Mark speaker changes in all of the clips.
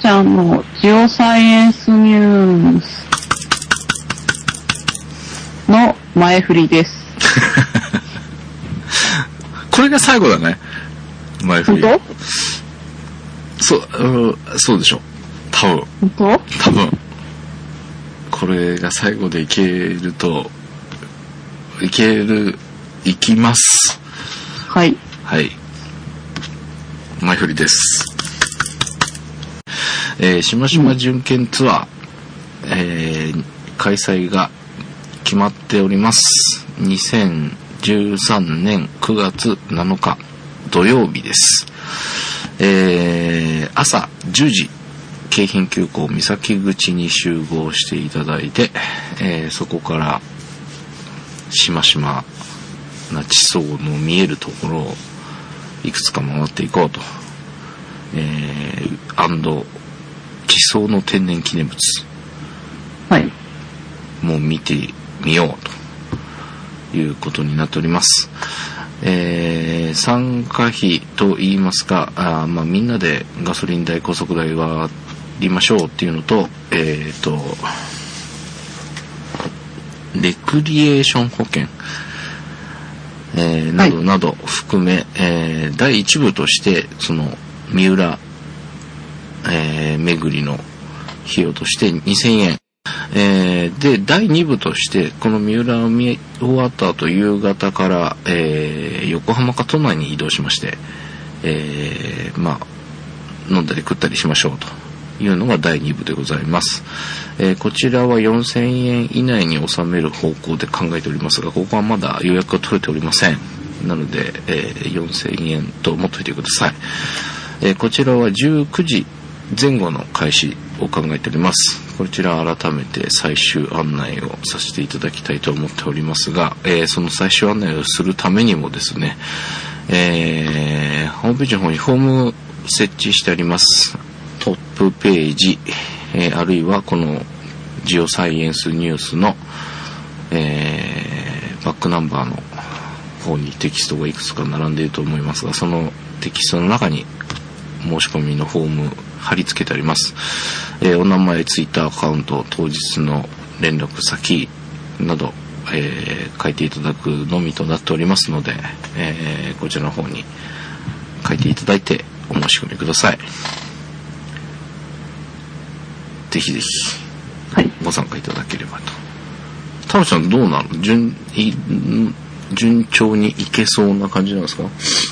Speaker 1: ちゃんのジオサイエンスニュースの前振りです。
Speaker 2: これが最後だね。前振
Speaker 1: 本
Speaker 2: り。
Speaker 1: 当
Speaker 2: そう、うんそうでしょ。多分、
Speaker 1: 本当
Speaker 2: 多分。これが最後でいけると、いける、いきます。
Speaker 1: はい。
Speaker 2: はい。前振りです。えー、しましま巡検ツアー、えー、開催が決まっております。2013年9月7日土曜日です。えー、朝10時、京浜急行三崎口に集合していただいて、えー、そこから、しましまな地層の見えるところをいくつか回っていこうと。えー、アンド、地層の天然記念物
Speaker 1: はい。
Speaker 2: も見てみようということになっております。えー、参加費と言いますか、あーまあ、みんなでガソリン代、高速代はりましょうっていうのと、えー、と、レクリエーション保険、えーなど
Speaker 1: は
Speaker 2: など含め、えー第1部として、その、三浦、えー巡りの費用として2000円。えーで、第2部として、この三浦を見終わった後、夕方から、えー横浜か都内に移動しまして、えーまあ、飲んだり食ったりしましょうというのが第2部でございます。えーこちらは4000円以内に収める方向で考えておりますが、ここはまだ予約が取れておりません。なので、えー4000円と思っておいてください。えーこちらは19時前後の開始を考えております。こちら改めて最終案内をさせていただきたいと思っておりますが、えーその最終案内をするためにもですね、えーホームページの方にフォーム設置してあります。トップページ、えーあるいはこのジオサイエンスニュースの、えーバックナンバーの方にテキストがいくつか並んでいると思いますが、そのテキストの中に申し込みのフォーム貼り付けてあります。えーお名前、ツイッターアカウント、当日の連絡先など、えー書いていただくのみとなっておりますので、えーこちらの方に書いていただいてお申し込みください。ぜひぜひ。
Speaker 1: はい。
Speaker 2: ご参加いただければと。タムちゃんどうなの順、い、ん順調にいけそうな感じなんですか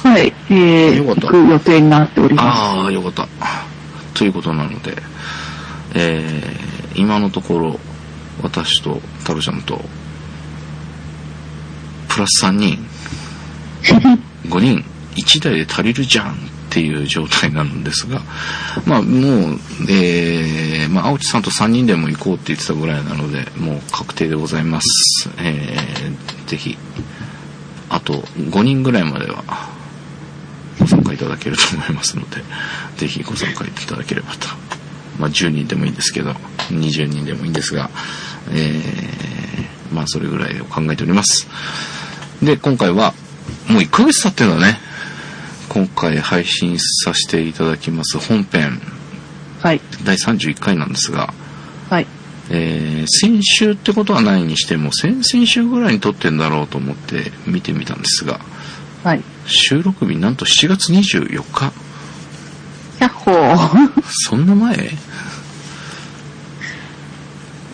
Speaker 1: はい。えー、
Speaker 2: よか
Speaker 1: 行
Speaker 2: った
Speaker 1: く予定になっておりま
Speaker 2: ああ、よかった。ということなので、えー、今のところ、私とタブちゃんと、プラス3人、5人、1台で足りるじゃんっていう状態なんですが、まあもう、えー、まあ青地さんと3人でも行こうって言ってたぐらいなので、もう確定でございます。えー、ぜひ、あと5人ぐらいまでは、ご参加いただけると思いますので、ぜひご参加いただければと。まあ、10人でもいいんですけど、20人でもいいんですが、えー、まあ、それぐらいを考えております。で、今回は、もう1ヶ月経ってるんだね。今回配信させていただきます本編、
Speaker 1: す。はい。
Speaker 2: 第31回なんですが、
Speaker 1: はい。
Speaker 2: えー先週ってことはないにしても、先々週ぐらいに撮ってんだろうと思って見てみたんですが、
Speaker 1: はい。
Speaker 2: 収録日なんと7月24日。
Speaker 1: キャッホー。
Speaker 2: そんな前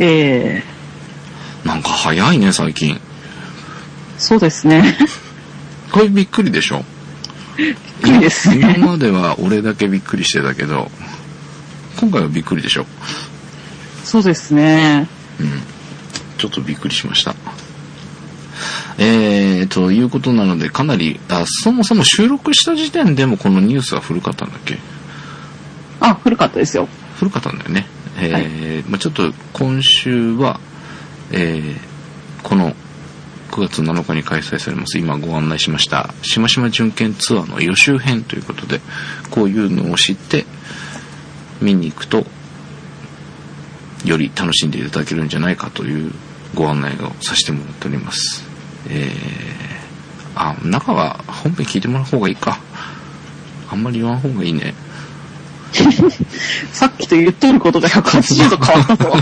Speaker 1: えー、
Speaker 2: なんか早いね、最近。
Speaker 1: そうですね。
Speaker 2: これびっくりでしょ
Speaker 1: びっくりです
Speaker 2: 今
Speaker 1: ね。
Speaker 2: までは俺だけびっくりしてたけど、今回はびっくりでしょ
Speaker 1: そうですね。
Speaker 2: ちょっとびっくりしました。えー、ということなので、かなり、あ、そもそも収録した時点でもこのニュースは古かったんだっけ
Speaker 1: あ、古かったですよ。
Speaker 2: 古かったんだよね。えー
Speaker 1: はい
Speaker 2: まあちょっと今週は、えーこの9月7日に開催されます、今ご案内しました、しましま巡検ツアーの予習編ということで、こういうのを知って、見に行くと、より楽しんでいただけるんじゃないかというご案内をさせてもらっております。えーあ、中は本編聞いてもらう方がいいか。あんまり言わん方がいいね。
Speaker 3: さっきと言ってることが180度変わったぞ。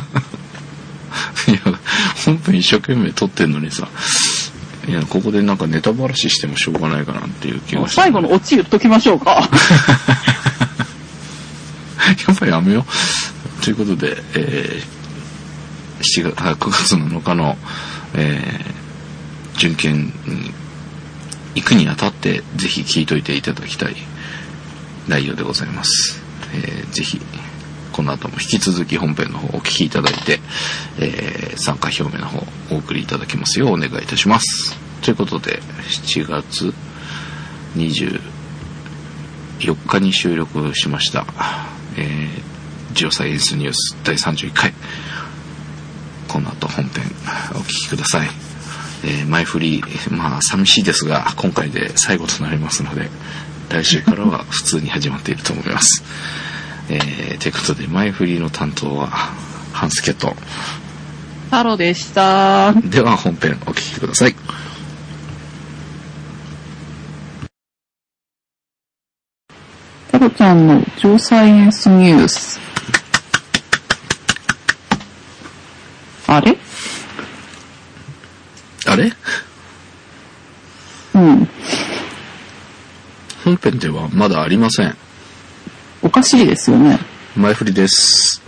Speaker 2: いや、本編一生懸命撮ってんのにさ、いや、ここでなんかネタばらししてもしょうがないかなっていう気がして。
Speaker 3: 最後のオチ言っときましょうか。
Speaker 2: やっぱりやめよう。ということで、えー、7月、あ9月7日の、えー、準検に行くにあたって、ぜひ聞いといていただきたい内容でございます。えー、ぜひ、この後も引き続き本編の方お聞きいただいて、えー、参加表明の方お送りいただきますようお願いいたします。ということで、7月20 4日に収録しました、えージオサイエンスニュース第31回この後本編お聞きください、えー前振りまあ寂しいですが今回で最後となりますので来週からは普通に始まっていると思います、えーということで前振りの担当は半助と
Speaker 3: 太郎でした。
Speaker 2: では本編お聞きください
Speaker 3: タロちゃんの超サイエンスニュース。あれ
Speaker 2: あれ
Speaker 3: うん。
Speaker 2: 本編ではまだありません
Speaker 3: おかしいですよね。
Speaker 2: 前振りです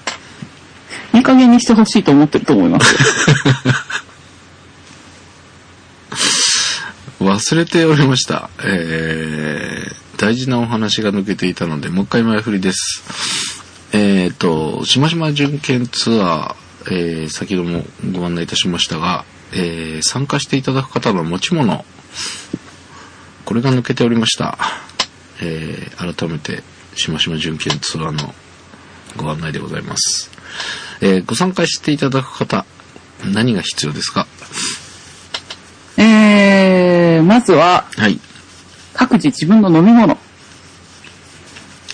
Speaker 3: いい加減にしてほしいと思ってると思います。
Speaker 2: 忘れておりました。えー、大事なお話が抜けていたので、もう一回前振りです。えーと、しましま準券ツアー、えー、先ほどもご案内いたしましたが、えー、参加していただく方の持ち物、これが抜けておりました。えー、改めて、しましま準券ツアーのご案内でございます。えー、ご参加していただく方、何が必要ですか
Speaker 3: えー、まずは、
Speaker 2: はい。
Speaker 3: 各自自分の飲み物。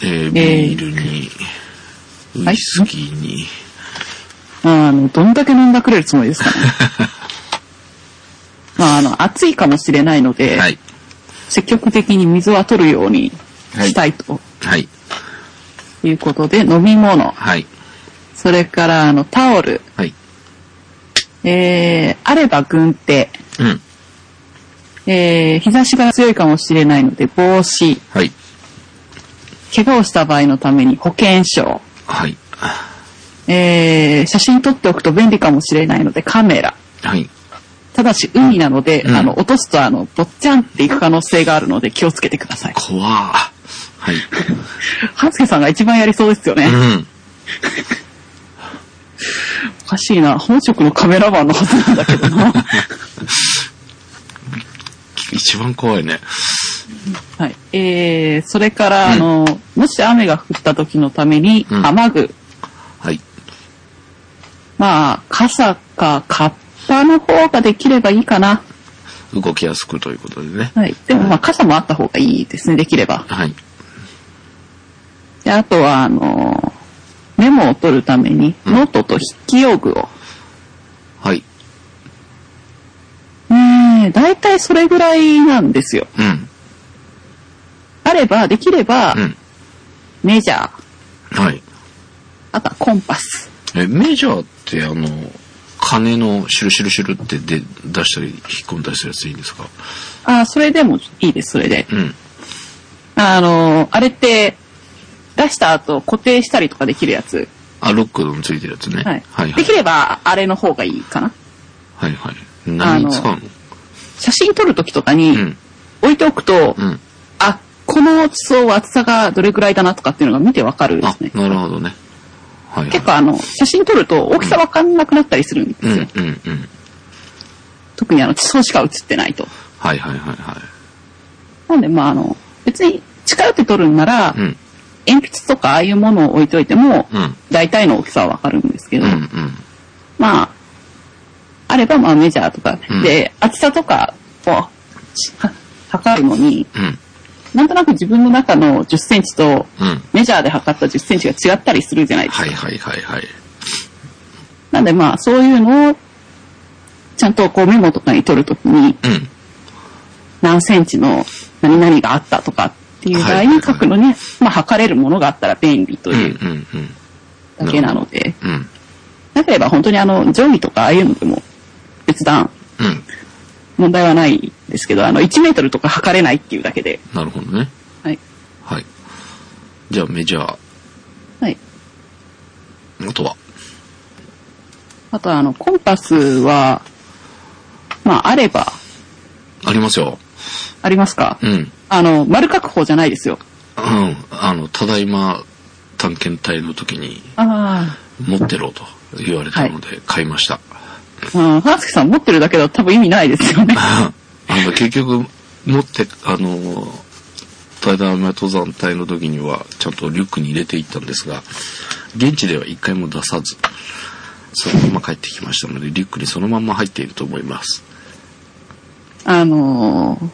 Speaker 2: えー、
Speaker 3: えー
Speaker 2: ビールに、ウ
Speaker 3: はい
Speaker 2: イスキーに、
Speaker 3: あの、どんだけ飲んだくれるつもり ですかね。まあ、あの、暑いかもしれないので、
Speaker 2: はい、
Speaker 3: 積極的に水は取るようにしたいと
Speaker 2: はい、
Speaker 3: いうことで、飲み物、
Speaker 2: はい、
Speaker 3: それから、あの、タオル、
Speaker 2: はい。
Speaker 3: えー、あれば軍手、
Speaker 2: うん、
Speaker 3: えー、日差しが強いかもしれないので、帽子、
Speaker 2: はい、
Speaker 3: 怪我をした場合のために保険証、
Speaker 2: はい、
Speaker 3: えー、写真撮っておくと便利かもしれないので、カメラ。
Speaker 2: はい。
Speaker 3: ただし、海なので、
Speaker 2: うん
Speaker 3: あの、落とすと、あの、ぼっちゃんっていく可能性があるので気をつけてください。
Speaker 2: 怖ー はい。
Speaker 3: 半助さんが一番やりそうですよね。
Speaker 2: うん。
Speaker 3: おかしいな。本職のカメラマンのはずなんだけど な。
Speaker 2: 一番怖いね。
Speaker 3: はい。えー、それから、あの、もし雨が降った時のために、
Speaker 2: うん
Speaker 3: 雨具。
Speaker 2: はい。
Speaker 3: まあ、傘か、カッパの方ができればいいかな。
Speaker 2: 動きやすくということでね。
Speaker 3: はい。でも、まあ、傘もあった方がいいですね、できれば。
Speaker 2: はい。
Speaker 3: で、あとは、あの、メモを取るために、
Speaker 2: うん
Speaker 3: ノートと筆記用具を。
Speaker 2: はい。
Speaker 3: ねえ、大体それぐらいなんですよ。
Speaker 2: うん。
Speaker 3: あれば、できれば、
Speaker 2: うん。
Speaker 3: メジャー、
Speaker 2: はい。
Speaker 3: あとはコンパス。
Speaker 2: え、メジャーってあの、金のシュルシュルシュルってで出したり、引っ込んだりするやついいんですか
Speaker 3: あーそれでもいいです、それで。
Speaker 2: うん。
Speaker 3: あの、あれって、出した後固定したりとかできるやつ。
Speaker 2: あ、ロックのついてるやつね。
Speaker 3: はい。
Speaker 2: はい、は
Speaker 3: で
Speaker 2: い
Speaker 3: き。れば、あれの方がいいかな。
Speaker 2: はい、はい。何に使うの
Speaker 3: 写真撮るときとかに
Speaker 2: うん。
Speaker 3: 置いておくと、
Speaker 2: うん。
Speaker 3: あ、この地層は厚さがどれぐらいだなとかっていうのが見てわかるで
Speaker 2: あ
Speaker 3: すね、。
Speaker 2: なるほどね。はい、はい。
Speaker 3: 結構あの、写真撮ると大きさわかんなくなったりするんです
Speaker 2: う
Speaker 3: よ。
Speaker 2: ん、うん、うん。
Speaker 3: 特にあの、地層しか写ってないと。
Speaker 2: はい、はい、はい、はい。
Speaker 3: なんでまああの、別に近寄って撮るんなら、
Speaker 2: うん。
Speaker 3: 鉛筆とかああいうものを置いといても、
Speaker 2: うん。
Speaker 3: 大体の大きさはわかるんですけ
Speaker 2: う
Speaker 3: ど、
Speaker 2: ん。うん。
Speaker 3: まあ、あればまあメジャーとか、
Speaker 2: うん
Speaker 3: で、厚さとかをしは測るのに、
Speaker 2: うん。
Speaker 3: なんとなく自分の中の10センチと、
Speaker 2: うん。
Speaker 3: メジャーで測った10センチが違ったりするじゃないですか。
Speaker 2: はいはいはいはい。
Speaker 3: なんでまあ、そういうのを、ちゃんとこうメモとかに取るときに、
Speaker 2: うん。
Speaker 3: 何センチの何々があったとかっっていう場合に書くのに、まあ、測れるものがあったら便利と
Speaker 2: うん、う、
Speaker 3: いうん
Speaker 2: うん。
Speaker 3: だけなので、
Speaker 2: うん、
Speaker 3: なければ本当にあの、上位とかああいうのでも別段
Speaker 2: うん。
Speaker 3: 問題はないですけど、あの、1メートルとか測れないっていうだけで、
Speaker 2: なるほどね。
Speaker 3: はい。
Speaker 2: はい。じゃあ、メジャー。
Speaker 3: はい。
Speaker 2: あとは。
Speaker 3: あとはあの、コンパスは、まあ、あれば、
Speaker 2: ありますよ。
Speaker 3: ありますか
Speaker 2: うん。うん。
Speaker 3: あの、丸確保じゃないですよ。
Speaker 2: あの、ただいま探検隊の時に
Speaker 3: あ
Speaker 2: 持ってろと言われたので買いました。
Speaker 3: あ。うん、花月さん持ってるだけだと多分意味ないです よね。
Speaker 2: あの、結局、持って、あの、ただいま登山隊の時にはちゃんとリュックに入れていったんですが、現地では一回も出さず、そのまま帰ってきましたので、リュックにそのまま入っていると思います。
Speaker 3: あのー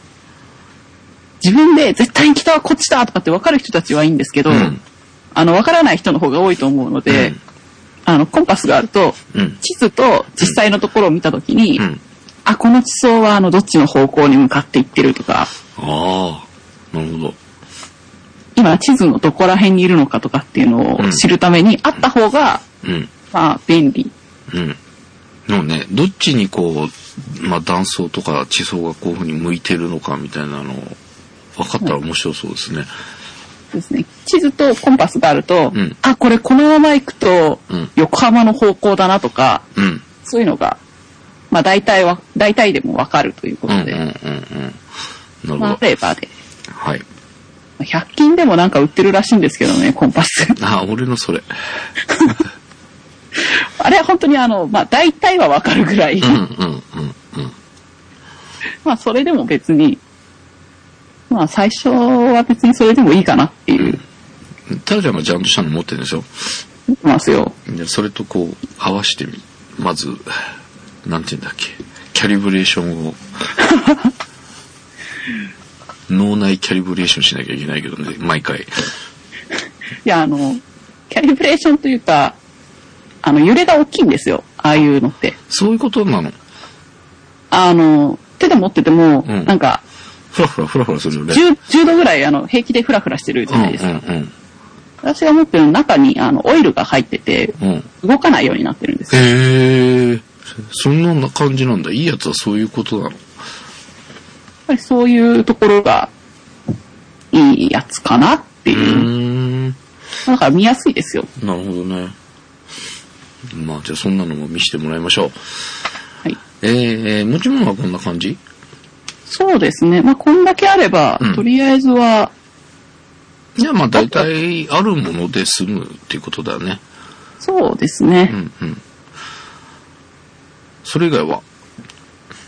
Speaker 3: 自分で絶対に北はこっちだとかって分かる人たちはいいんですけど、
Speaker 2: うん
Speaker 3: あの、分からない人の方が多いと思うので、
Speaker 2: うん
Speaker 3: あの、コンパスがあると、
Speaker 2: うん
Speaker 3: 地図と実際のところを見たときに、
Speaker 2: うん。
Speaker 3: あ、この地層はあの、どっちの方向に向かっていってるとか、
Speaker 2: ああ、なるほど。
Speaker 3: 今地図のどこら辺にいるのかとかっていうのを知るために、あった方が、
Speaker 2: うん。
Speaker 3: まあ、便利。
Speaker 2: うん。でもね、どっちにこう、まあ、断層とか地層がこういうふうに向いてるのかみたいなのを分かったら面白そうですね。
Speaker 3: ですね。地図とコンパスがあると、
Speaker 2: うん
Speaker 3: あ、これこのまま行くと
Speaker 2: うん、
Speaker 3: 横浜の方向だなとか、
Speaker 2: うん。
Speaker 3: そういうのが、まあ大体は、大体でもわかるというこ
Speaker 2: うんうん
Speaker 3: とで、
Speaker 2: うんうん。な
Speaker 3: まあ
Speaker 2: るほど。
Speaker 3: レバーで。
Speaker 2: はい。
Speaker 3: まあ100均でもなんか売ってるらしいんですけど ね、コンパス。
Speaker 2: あ、俺のそれ。
Speaker 3: あれは本当にあの、まあ大体はわかるぐらい、
Speaker 2: うんうんうんうん。
Speaker 3: まあそれでも別に、まあ最初は別にそれでもいいかなっていう、
Speaker 2: タラちゃんがちゃんとしたの持ってるでしょ
Speaker 3: 思ってますよ。
Speaker 2: でそれとこう、合わしてみ。まず、なんて言うんだっけ。キャリブレーションを。 脳内キャリブレーションしなきゃいけないけどね、毎回。
Speaker 3: いや、あの、キャリブレーションというか、あの、揺れが大きいんですよ、ああいうのって。
Speaker 2: そういうことなの。
Speaker 3: あの、手で持ってても、
Speaker 2: うん
Speaker 3: なんか
Speaker 2: ふらふらふらふらするよね。
Speaker 3: 10、10度ぐらい、あの、平気でフラフラしてるじゃないですか。
Speaker 2: うんうん
Speaker 3: 私が持ってる中に、あの、オイルが入ってて、
Speaker 2: うん。うん。
Speaker 3: 動かないようになってるんですよ。
Speaker 2: へえ。そんな感じなんだ。いいやつはそういうことなの。
Speaker 3: やっぱりそういうところが、いいやつかなって
Speaker 2: う
Speaker 3: いう。
Speaker 2: ーん。
Speaker 3: だから見やすいですよ。
Speaker 2: なるほどね。まあじゃあそんなのも見せてもらいましょう。
Speaker 3: はい。
Speaker 2: えー、えー持ち物はこんな感じ
Speaker 3: そうですね。まあ、こんだけあれば、
Speaker 2: うん
Speaker 3: とりあえずは、
Speaker 2: じゃあまあ大体あるもので済むっていうことだよね。
Speaker 3: そうです
Speaker 2: う
Speaker 3: ね。
Speaker 2: んうん。それ以外は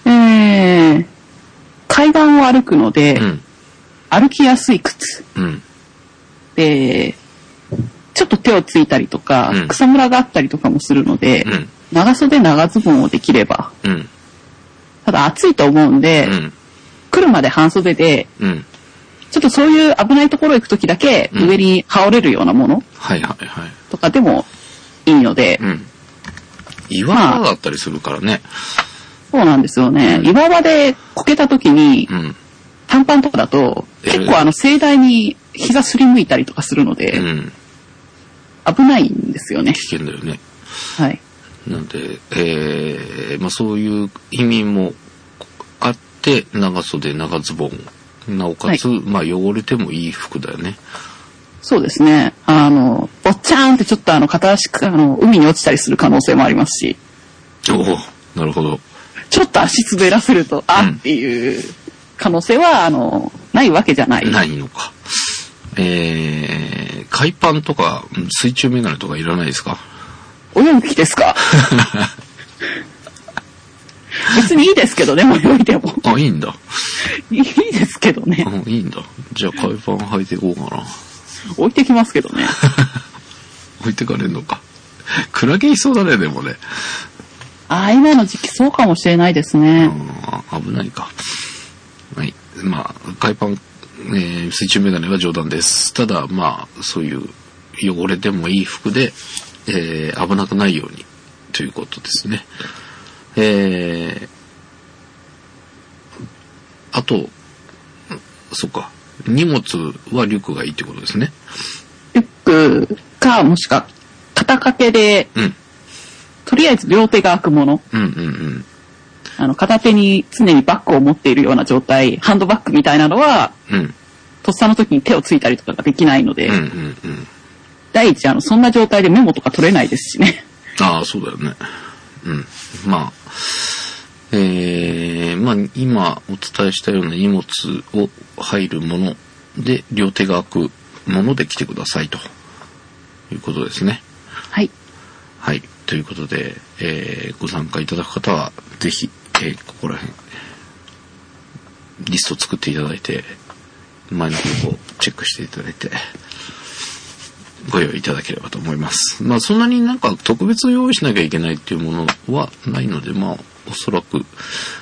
Speaker 3: えー、階段を歩くので、
Speaker 2: うん。
Speaker 3: 歩きやすい靴。
Speaker 2: うん。
Speaker 3: で、ちょっと手をついたりとか、
Speaker 2: うん
Speaker 3: 草むらがあったりとかもするので、
Speaker 2: うん
Speaker 3: 長袖長ズボンをできれば、
Speaker 2: うん。
Speaker 3: ただ暑いと思うんで、
Speaker 2: うん。
Speaker 3: 来るまで半袖で、
Speaker 2: うん。
Speaker 3: ちょっとそういう危ないところ行くときだけ、
Speaker 2: うん
Speaker 3: 上に羽織れるようなもの
Speaker 2: はいはいはい。
Speaker 3: とかでもいいので、
Speaker 2: うん。岩場だったりするからね。
Speaker 3: そうなんですよね。岩場でこけたときに
Speaker 2: う、ん。
Speaker 3: 短パンとかだと、
Speaker 2: ええ
Speaker 3: 結構あの盛大に膝すりむいたりとかするの
Speaker 2: う
Speaker 3: で、
Speaker 2: ん。
Speaker 3: 危ないんですよね。
Speaker 2: 危険だよね。
Speaker 3: はい。
Speaker 2: なんで、えーまあそういう意味もあって、長袖、長ズボン。なおかつ、まあ汚れてもいい服だよね。
Speaker 3: そうですね。あの、ぼっちゃんってちょっとあの、片足く、あの、海に落ちたりする可能性もありますし、
Speaker 2: おおなるほど。
Speaker 3: ちょっと足滑らせると、あ
Speaker 2: うん
Speaker 3: っていう可能性は、あの、ないわけじゃない。
Speaker 2: ないのか。えー、海パンとか、うん水中メガネとかいらないですか
Speaker 3: 泳ぐ気です か別にいいですけどね、もう泳いでも。
Speaker 2: あ、いいんだ。
Speaker 3: いいですけどね
Speaker 2: う。ん、いいんだ。じゃあ海パン履いていこうかな。
Speaker 3: 置いてきますけど ね。
Speaker 2: 置いてかれんのか。クラゲいそうだね、でもね。
Speaker 3: ああ、今の時期そうかもしれないです
Speaker 2: う
Speaker 3: ね。
Speaker 2: ん危ないか。はい。まあ、海パン、えー水中メガネは冗談です。ただ、まあ、そういう汚れてもいい服で、えー危なくないように、ということですね。えーあと、そっか。荷物はリュックがいいってことですね。
Speaker 3: リュックか、もしくは、肩掛けで、
Speaker 2: うん。
Speaker 3: とりあえず両手が開くもの。
Speaker 2: うんうんうん。
Speaker 3: あの、片手に常にバッグを持っているような状態、ハンドバッグみたいなのは、
Speaker 2: うん。
Speaker 3: とっさの時に手をついたりとかができないので、
Speaker 2: うんうんうん。
Speaker 3: 第一、あの、そんな状態でメモとか取れないですしね。
Speaker 2: ああ、そうだよね。うん。まあ、えー、まあ、今お伝えしたような荷物を入るもので、両手が開くもので来てくださいということですね。
Speaker 3: はい。
Speaker 2: はい。ということで、えーご参加いただく方は、ぜひ、えーここら辺、リストを作っていただいて、前の方をチェックしていただいて、ご用意いただければと思います。まあ、そんなになんか特別用意しなきゃいけないっていうものはないので、まあ、おそらく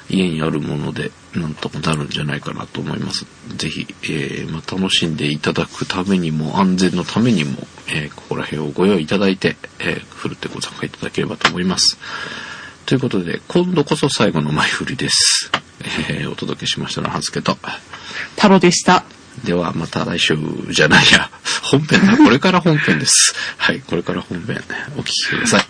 Speaker 2: 家にあるもので、なんとかなるんじゃないかなと思います。ぜひ、えーまあ、楽しんでいただくためにも、安全のためにも、えーここら辺をご用意いただいて、えー、ふるってご参加いただければと思います。ということで、今度こそ最後の前振りです。えーお届けしましたのは、はずけと。
Speaker 3: タロでした。
Speaker 2: ではまた来週じゃないや、 本編だ。これから本編です。 はい、これから本編、お聞きください。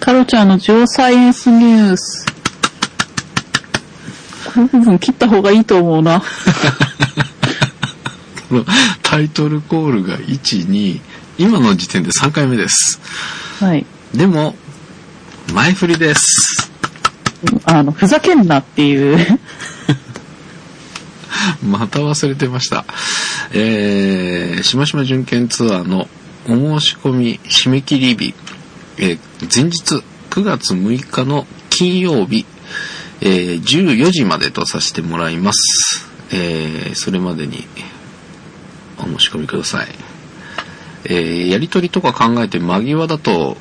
Speaker 3: タロちゃんのジオサイエンスニュース。この部分切った方がいいと思うな。
Speaker 2: このタイトルコールが1、2、今の時点で3回目です。
Speaker 3: はい。
Speaker 2: でも、前振りです。
Speaker 3: あの、ふざけんなっていう。
Speaker 2: また忘れてました。えー、しましま巡検ツアーのお申し込み締め切り日、えー前日9月6日の金曜日、えー14時までとさせてもらいます。えーそれまでにお申し込みください。えーやりとりとか考えて間際だと、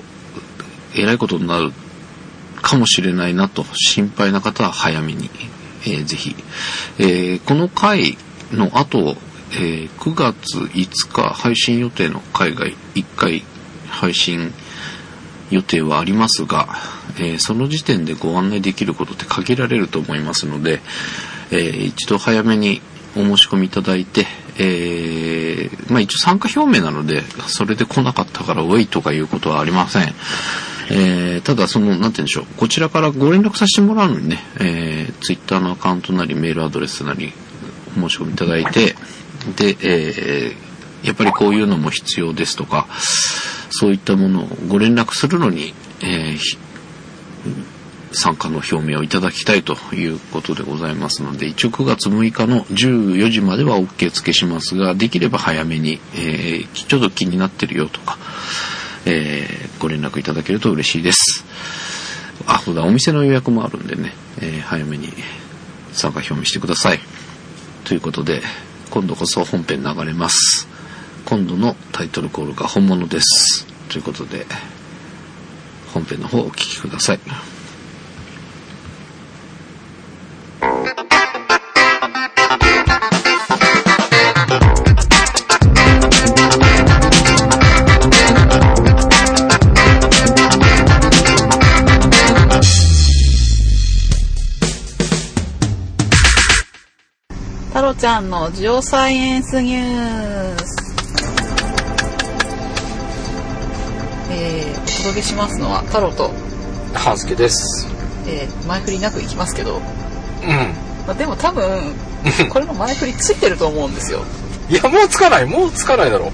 Speaker 2: えらいことになるかもしれないなと心配な方は早めに、えーぜひ、えーこの回の後、えー9月5日配信予定の海外1回配信予定はありますが、えーその時点でご案内できることって限られると思いますので、えー一度早めにお申し込みいただいて、えーまあ一応参加表明なので、それで来なかったからウェイとかいうことはありません。えーただその、なんて言うんでしょう、こちらからご連絡させてもらうのにね、えツイッター Twitter のアカウントなりメールアドレスなりお申し込みいただいて、で、えーやっぱりこういうのも必要ですとか、そういったものをご連絡するのに、えーひ参加の表明をいただきたいということでございますので、一応9月6日の14時までは OK 付けしますが、できれば早めに、えーちょっと気になってるよとか、えーご連絡いただけると嬉しいです。あ、そうだ、お店の予約もあるんでね、えー早めに参加表明してください。ということで、今度こそ本編流れます。今度のタイトルコールが本物です。ということで、本編の方お聞きください。
Speaker 3: タロちゃんのジオサイエンスニュース。えー、お届けしますのはタロと、
Speaker 2: はずけです。
Speaker 3: えー前振りなくいきますけど、
Speaker 4: う
Speaker 3: まあ、でも多 分、これの前振りついてると思うんですよ。
Speaker 4: ん。いや、もうつかない。もうつかないだろ。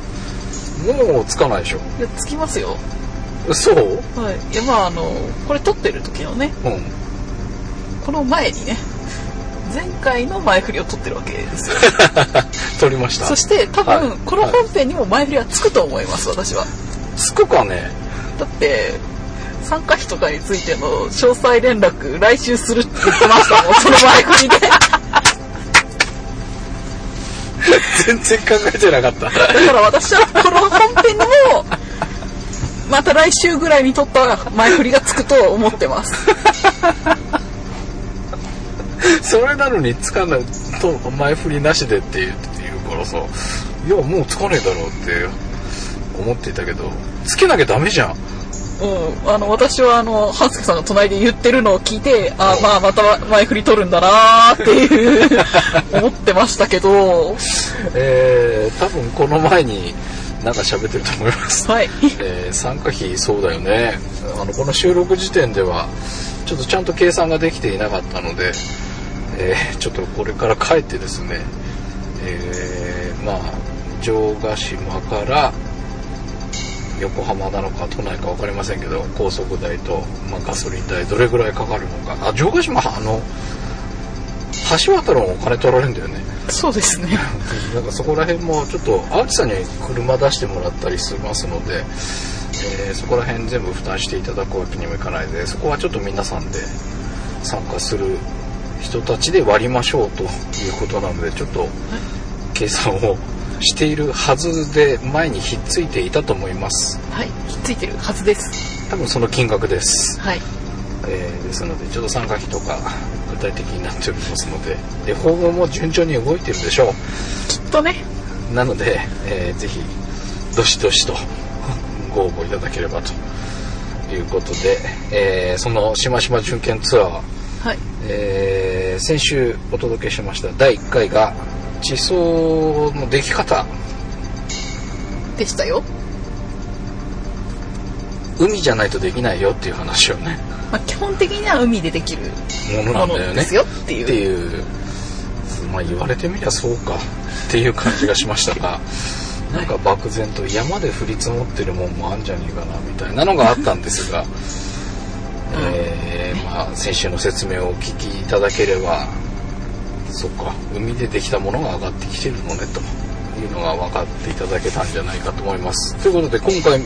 Speaker 4: もうつかないでしょ。
Speaker 3: いや、つきますよ。
Speaker 4: そう
Speaker 3: はい。いや、まああの、これ撮ってる時のね、
Speaker 4: うん。
Speaker 3: この前にね、前回の前振りを撮ってるわけですよ。
Speaker 4: 取りました
Speaker 3: そ。して多
Speaker 4: は
Speaker 3: 分
Speaker 4: い
Speaker 3: この本編にも前振りはつくと思います私は
Speaker 4: つくかね。
Speaker 3: だって参加費とかについての詳細連絡来週するって言ってました もんその前振りでだ
Speaker 4: 全然考えてなかった。
Speaker 3: から私はこの本編にもまた来週ぐらいに撮った前振りがつくと思ってます
Speaker 4: それなのにつかない。と、前振りなしでっていうっていうからさ。いや、もうつかねえだろうって思っていたけど、つけなきゃダメじゃん。
Speaker 3: うん、あの私はあのハンスケさんが隣で言ってるのを聞いてあまあまた前振り取るんだなーっていう 思ってましたけど
Speaker 5: えー、多分この前になんか喋ってると思います、
Speaker 3: はい
Speaker 5: えー参加費そうだよねあのこの収録時点ではちょっとちゃんと計算ができていなかったので、えーちょっとこれから帰ってですね、えーまあ城ヶ島から横浜なのか都内か分かりませんけど高速代と、まあ、ガソリン代どれぐらいかかるのかあ城ヶ島あの橋渡るのお金取られるんだよね
Speaker 3: そうですね
Speaker 5: なんかそこら辺もちょっと青木さんに車出してもらったりしますので、えーそこら辺全部負担していただくわけにもいかないのでそこはちょっと皆さんで参加する人たちで割りましょうということなのでちょっと計算をしているはずで前にひっついていたと思います
Speaker 3: はいひっついてるはずです
Speaker 5: 多分その金額です、
Speaker 3: はい
Speaker 5: えーですのでちょっと参加費とか具体的になっておりますのでで訪問も順調に動いてるでしょう
Speaker 3: きっとね
Speaker 5: なので、えーぜひどしどしとご応募いただければということで、えーそのしましま巡検ツアーは、
Speaker 3: はい
Speaker 5: えー先週お届けしました第1回が地層のでき方
Speaker 3: でしたよ、
Speaker 5: 海じゃないとできないよっていう話をね
Speaker 3: まあ、基本的には海でできる
Speaker 5: ものな
Speaker 3: も
Speaker 5: ん
Speaker 3: の
Speaker 5: だよ
Speaker 3: で
Speaker 5: ね
Speaker 3: すよっていう
Speaker 5: っていうまあ言われてみりゃそうかっていう感じがしました がなんか漠然と山で降り積もってるもんもあんじゃねえかなみたいなのがあったんですが、えーまあ、先週の説明をお聞きいただければそっか海でできたものが上がってきてるのねというのが分かっていただけたんじゃないかと思います。ということで今回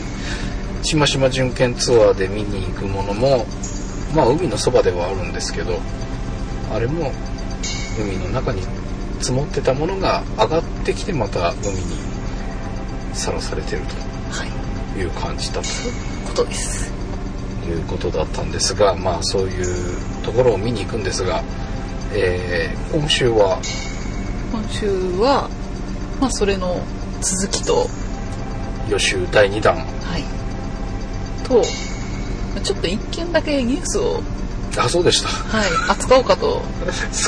Speaker 5: しましま巡検ツアーで見に行くものもまあ海のそばではあるんですけどあれも海の中に積もってたものが上がってきてまた海にさらされてる
Speaker 3: はい
Speaker 5: という感じだと
Speaker 3: ことです
Speaker 5: いうことだったんですがまあそういうところを見に行くんですが、えー今週は
Speaker 3: 今週はまあそれの続きと
Speaker 5: 予習第2弾
Speaker 3: はいとまあちょっと一件だけニュースを
Speaker 5: あそうでした
Speaker 3: はい、扱おうかと。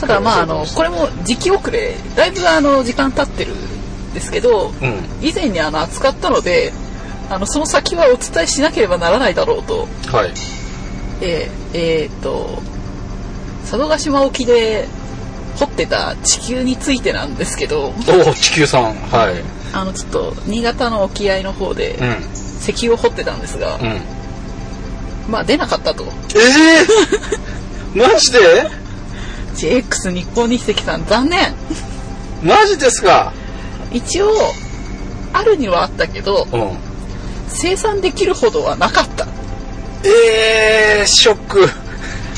Speaker 3: ただまああのこれも時期遅れ、だいぶあの時間経ってるんですけど、
Speaker 5: うん
Speaker 3: 以前にあの扱ったので、あのその先はお伝えしなければならないだろうと。
Speaker 5: はい
Speaker 3: えーえーっと佐渡島沖で掘ってた地球についてなんですけど、
Speaker 5: おお地球さんはい
Speaker 3: あのちょっと新潟の沖合の方で
Speaker 5: うん
Speaker 3: 石油を掘ってたんですが、
Speaker 5: うん
Speaker 3: まあ出なかったと。
Speaker 5: ええ マジで
Speaker 3: JX 日本日石さん残念。
Speaker 5: マジですか
Speaker 3: 一応あるにはあったけど。
Speaker 5: うん
Speaker 3: 生産できるほどはなかった、
Speaker 5: ええショック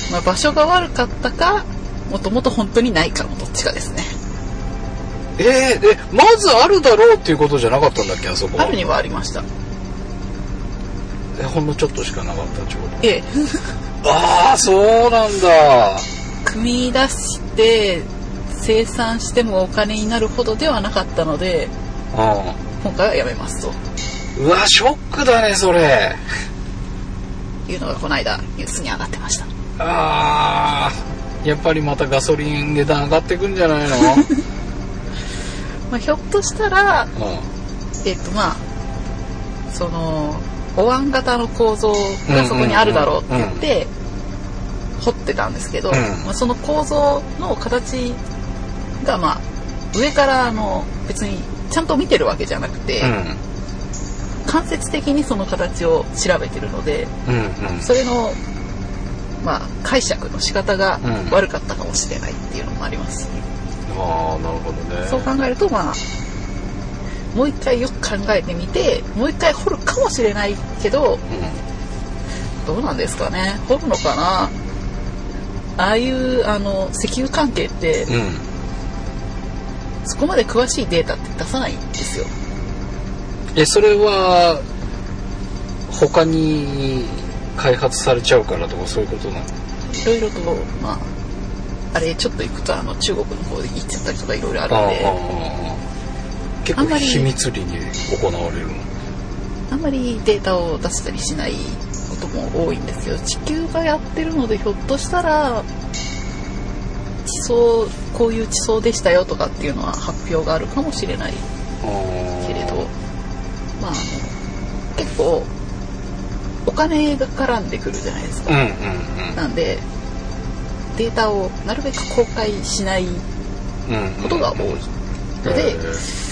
Speaker 3: まあ、場所が悪かったかもともと本当にないかのどっちかですね
Speaker 5: えー、えまずあるだろうっていうことじゃなかったんだっけあそこ
Speaker 3: あるにはありました
Speaker 5: えほんのちょっとしかなかったちょう
Speaker 3: ええ
Speaker 5: どああそうなんだ
Speaker 3: 組み出して生産してもお金になるほどではなかったので今回はやめますと
Speaker 5: うんうわショックだねそれ
Speaker 3: いうのがこの間ニュースに上がってました
Speaker 5: ああやっぱりまたガソリン値段上がってくんじゃないの
Speaker 3: まあ、ひょっとしたら
Speaker 5: うん
Speaker 3: えっ、とまあそのお椀型の構造がそこにあるだろうって言って掘ってたんですけど、
Speaker 5: うん
Speaker 3: まあ、その構造の形がまあ上からあの別にちゃんと見てるわけじゃなくて、間接的にその形を調べてるので
Speaker 5: うんうん
Speaker 3: それのまあ解釈の仕方が
Speaker 5: うん
Speaker 3: 悪かったかもしれないっていうのもあります、
Speaker 5: ああなるほどね
Speaker 3: そう考えるとまあもう一回よく考えてみてもう一回掘るかもしれないけど
Speaker 5: う
Speaker 3: どうなんですかね掘るのかなああいうあの石油関係って
Speaker 5: ん、うん、
Speaker 3: そこまで詳しいデータって出さないんですよ
Speaker 5: えそれは他に開発されちゃうからとかそういうことなの
Speaker 3: いろいろとまああれちょっと行くとあの中国の方で行っちゃったりとかいろいろあるん
Speaker 5: あ
Speaker 3: で
Speaker 5: あ結
Speaker 3: あんま
Speaker 5: 構
Speaker 3: り
Speaker 5: 秘密裏に行われるの
Speaker 3: あんまりデータを出したりしないこともも多いんですよ地球がやってるのでひょっとしたら地層こういう地層でしたよとかっていうのは発表があるかもしれないけれどまああの結構お金が絡んでくるじゃないですか
Speaker 5: うんうんうん
Speaker 3: なんでデータをなるべく公開しない
Speaker 5: うん
Speaker 3: ことが多いので、
Speaker 5: えー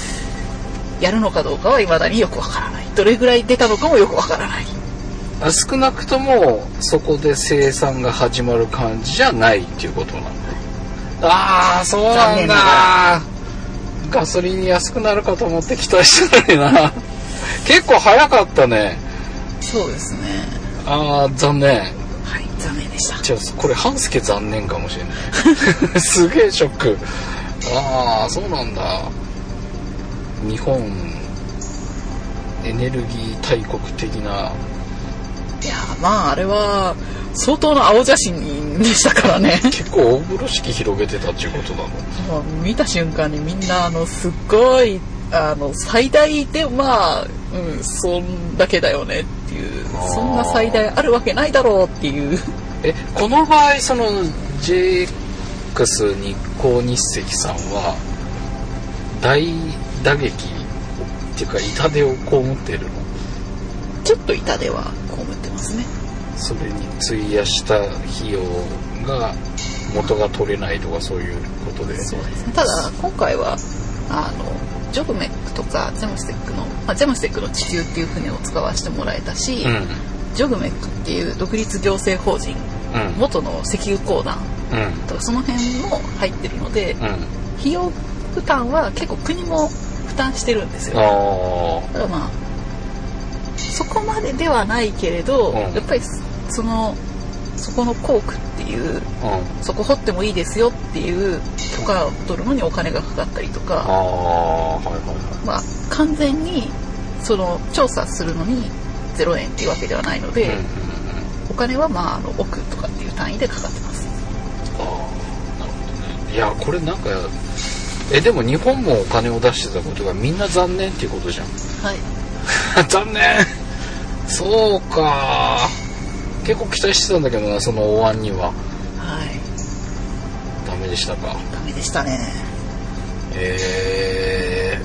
Speaker 3: やるのかどうかは未だによくわからないどれぐらい出たのかもよくわからない
Speaker 5: 少なくともそこで生産が始まる感じじゃないっていうことなんだああそう
Speaker 3: 残
Speaker 5: なん
Speaker 3: 念なが
Speaker 5: だガソリン安くなるかと思って期待してないな結構早かったね
Speaker 3: そうですね
Speaker 5: ああ残念
Speaker 3: はい残念でした
Speaker 5: じゃあこれ半助残念かもしれないすげえショックああそうなんだ日本エネルギー大国的ない
Speaker 3: やまああれは相当の青写真でしたから ね
Speaker 5: 結構大風呂敷広げてたっていうことなの
Speaker 3: もう見た瞬間にみんなあのすっごいあの最大でまあうんそんだけだよねっていう
Speaker 5: あー
Speaker 3: そんな最大あるわけないだろうっていう
Speaker 5: えこの場合その JX 日光日赤さんは大打撃っていうか痛手を被ってるの
Speaker 3: ちょっと痛手はこむってますね
Speaker 5: それに費やした費用が元が取れないとかそういうことで
Speaker 3: そうですねただ今回はあのジョブメックとかジェムステックの、まあ、ジェムステックの地球っていう船を使わせてもらえたし、
Speaker 5: うん
Speaker 3: ジョブメックっていう独立行政法人
Speaker 5: うん
Speaker 3: 元の石油鉱団
Speaker 5: うん
Speaker 3: とかその辺も入ってるので
Speaker 5: うん
Speaker 3: 費用負担は結構国も負担してるんですよ
Speaker 5: あ
Speaker 3: だからまあそこまでではないけれど、
Speaker 5: うん
Speaker 3: やっぱりそのそこの工区っていう
Speaker 5: あうん
Speaker 3: そこ掘ってもいいですよっていう許可を取るのにお金がかかったりと
Speaker 5: あ
Speaker 3: か、
Speaker 5: あはいはいは
Speaker 3: まあ、完全にその調査するのに0円っていうわけではないので、
Speaker 5: いうん
Speaker 3: お金はまああの億とかっていう単位でかかってます
Speaker 5: ああなるほどねいやこれなんかえでも日本もお金を出してたことがみんな残念っていうことじゃん
Speaker 3: はい
Speaker 5: 残念そうか結構期待してたんだけどなそのお椀には
Speaker 3: はい
Speaker 5: ダメでしたか
Speaker 3: ダメでしたね
Speaker 5: え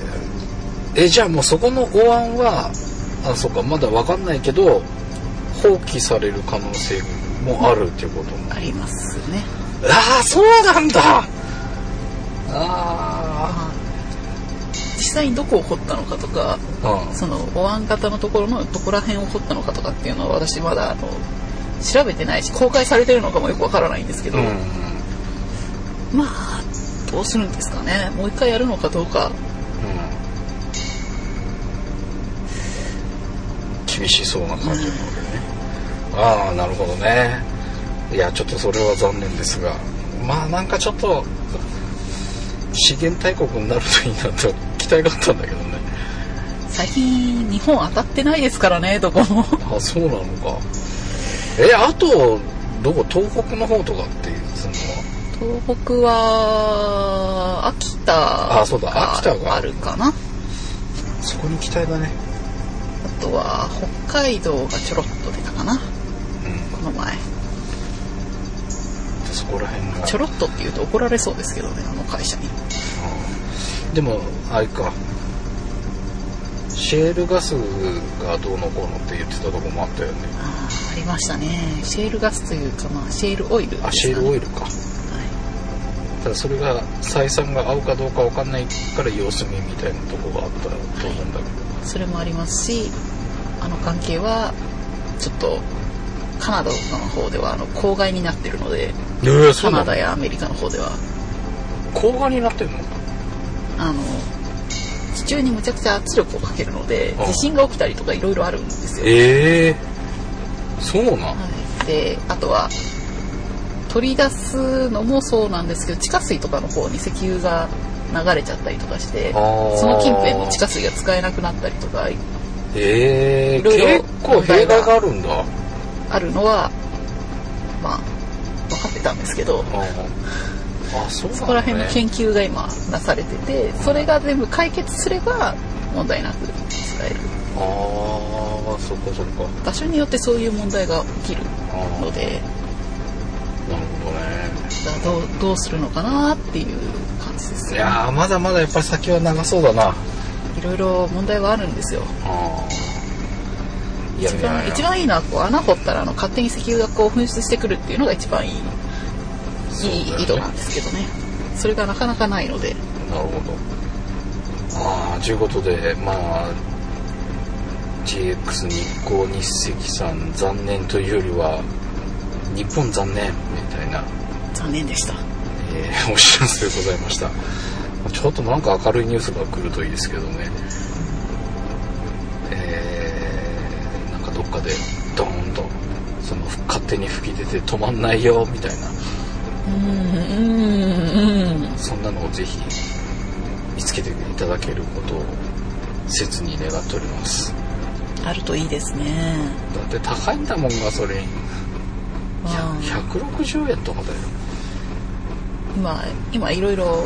Speaker 5: ー、えじゃあもうそこのお椀はあそうかまだわかんないけど放棄される可能性もあるっていうことも
Speaker 3: ありますね
Speaker 5: ああそうなんだあ
Speaker 3: まあ実際にどこを掘ったのかとか
Speaker 5: あうん
Speaker 3: そのお椀型のところのどこら辺を掘ったのかとかっていうのは私まだあの調べてないし公開されてるのかもよくわからないんですけど、
Speaker 5: うん
Speaker 3: まあどうするんですかねもう一回やるのかどうか
Speaker 5: 厳しそうな感じなのでね、ああなるほどねいやちょっとそれは残念ですがまあなんかちょっと資源大国になるといいなと期待があったんだけどね
Speaker 3: 最近日本当たってないですからねどこも
Speaker 5: あそうなのかえあとどこ東北の方とかっていうその
Speaker 3: 東北は秋田
Speaker 5: あそうだ秋田が
Speaker 3: あるかなあ
Speaker 5: そこに期待だね
Speaker 3: とは北海道がちょろっと出たかな
Speaker 5: うん
Speaker 3: この前
Speaker 5: そこら辺が
Speaker 3: ちょろっとっていうと怒られそうですけどねあの会社に
Speaker 5: でもあれかシェールガスがどうのこうのって言ってたとこもあったよね
Speaker 3: あーありましたねシェールガスというか、まあ、シェールオイルですかね
Speaker 5: あシェールオイルか
Speaker 3: はい
Speaker 5: ただそれが採算が合うかどうかわかんないから様子見みたいなとこがあったと思うんだけど
Speaker 3: それもありますしあの関係はちょっとカナダとかの方ではあの公害になってるので
Speaker 5: ええそ
Speaker 3: カ
Speaker 5: うな
Speaker 3: ナ
Speaker 5: の
Speaker 3: ダやアメリカの方では
Speaker 5: 高画になってんの
Speaker 3: あの地中にむちゃくちゃ圧力をかけるので
Speaker 5: あ
Speaker 3: 地震が起きたりとかいろいろあるんですよ、
Speaker 5: ええそうなん
Speaker 3: はい、であとは取り出すのもそうなんですけど地下水とかの方に石油が流れちゃったりとかして
Speaker 5: あー
Speaker 3: その近辺の地下水が使えなくなったりとか
Speaker 5: ええ
Speaker 3: いろいろ
Speaker 5: 結構弊害があるんだ
Speaker 3: あるのはまあ分かってたんですけど
Speaker 5: ああそうなんだ、ね、
Speaker 3: そこら辺の研究が今なされててそれが全部解決すれば問題なく使える
Speaker 5: ああそっかそっか
Speaker 3: 場所によってそういう問題が起きる
Speaker 5: ああ
Speaker 3: ので
Speaker 5: なるほどね
Speaker 3: だからどうどうするのかなっていう感じです
Speaker 5: い
Speaker 3: ね
Speaker 5: やーまだまだやっぱり先は長そうだない
Speaker 3: ろいろ問題はあるんですよ
Speaker 5: あーいや
Speaker 3: 一
Speaker 5: いやい
Speaker 3: 番
Speaker 5: や
Speaker 3: 一番いいのはこう穴掘ったらあの勝手に石油がこう噴出してくるっていうのが一番いい、
Speaker 5: そうだよね
Speaker 3: いい井戸なんですけどねそれがなかなかないので
Speaker 5: なるほどああということでまあ GX 日光日赤さん残念というよりは日本残念みたいな、
Speaker 3: 残念でした
Speaker 5: えー お知らせでございましたちょっとなんか明るいニュースが来るといいですけどねえーなんかどっかでドーンとその勝手に吹き出て止まんないよみたいな
Speaker 3: うんうん
Speaker 5: そんなのをぜひ見つけていただけることを切に願っております。
Speaker 3: あるといいですね
Speaker 5: だって高いんだもんガソリン
Speaker 3: うん
Speaker 5: 160円とかだよ
Speaker 3: 今今いろいろ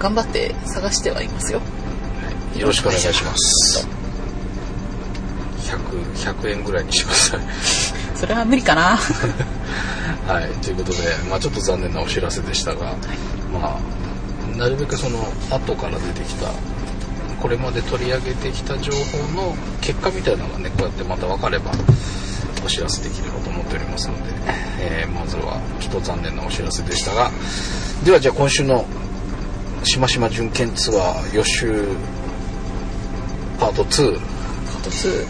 Speaker 3: 頑張って探してはいますよ
Speaker 5: よろしくお願いします100 100円ぐらいにしてください
Speaker 3: それは無理か な
Speaker 5: はいということで、まあ、ちょっと残念なお知らせでしたが、まあなるべくその後から出てきたこれまで取り上げてきた情報の結果みたいなのがねこうやってまた分かればお知らせできればと思っておりますので、えーまずはちょっと残念なお知らせでしたがではじゃあ今週のしましま巡検ツアー予習パート2
Speaker 3: あと2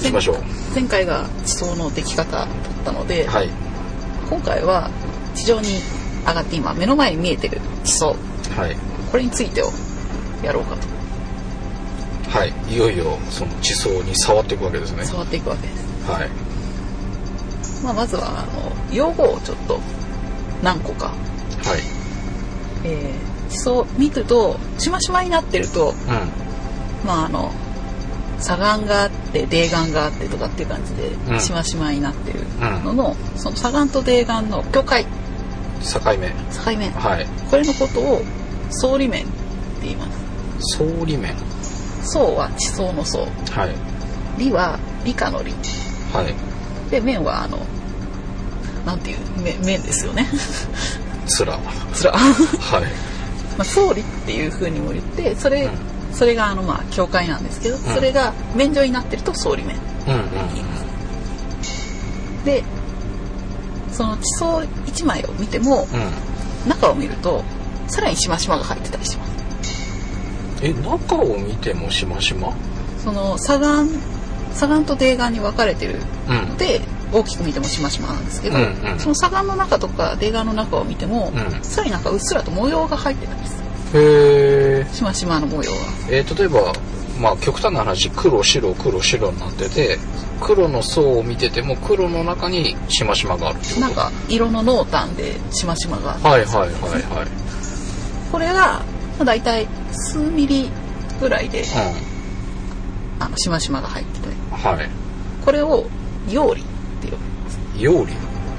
Speaker 5: いきましょう
Speaker 3: 前回が地層のでき方だったので、
Speaker 5: はい
Speaker 3: 今回は地上に上がって今目の前に見えてる地層
Speaker 5: はい
Speaker 3: これについてをやろうかと
Speaker 5: はいいよいよその地層に触っていくわけですね
Speaker 3: 触っていくわけです、
Speaker 5: はい
Speaker 3: まあ、まずはあの用語をちょっと何個か、
Speaker 5: はい
Speaker 3: えー、地層見るとしましまになってるとまああの左岸があって泥岩があってとかっていう感じ
Speaker 5: う
Speaker 3: で
Speaker 5: ん
Speaker 3: しましまになってる
Speaker 5: うん
Speaker 3: ののその左岸と泥岩の境界
Speaker 5: うん境目
Speaker 3: 境目
Speaker 5: はい
Speaker 3: これのことを層理面って言いま
Speaker 5: 総理面
Speaker 3: す層は地層の層
Speaker 5: はい
Speaker 3: 理は理科の理
Speaker 5: はい
Speaker 3: で面はあのなんていう面面です よね
Speaker 5: つら
Speaker 3: それ は
Speaker 5: はい
Speaker 3: まあ、総理っていうふうにも言ってそれ、
Speaker 5: うん
Speaker 3: それがあのまあ教会なんですけど、それが免除になってると総理面
Speaker 5: うんうん
Speaker 3: でその地層1枚を見ても
Speaker 5: うん
Speaker 3: 中を見るとさらにしましまが入ってたりします
Speaker 5: え中を見てもしましま
Speaker 3: その左岸左岸と泥岩に分かれてる
Speaker 5: うん
Speaker 3: ので大きく見てもしましまなんですけど、
Speaker 5: うんうん
Speaker 3: その左岸の中とか泥岩の中を見ても、
Speaker 5: うん
Speaker 3: さらになんかうっすらと模様が入ってたりする
Speaker 5: へえ
Speaker 3: しましまの模様が
Speaker 5: えー例えば、まあ、極端な話黒白黒白になってて黒の層を見てても黒の中にしましまがあるってこと
Speaker 3: なんか色の濃淡でしましまが
Speaker 5: はいはいはいはい、
Speaker 3: これがまあ大体数ミリぐらいで
Speaker 5: う
Speaker 3: あのしましまが入ってて
Speaker 5: ん、は
Speaker 3: これを葉理って呼ぶ
Speaker 5: い料理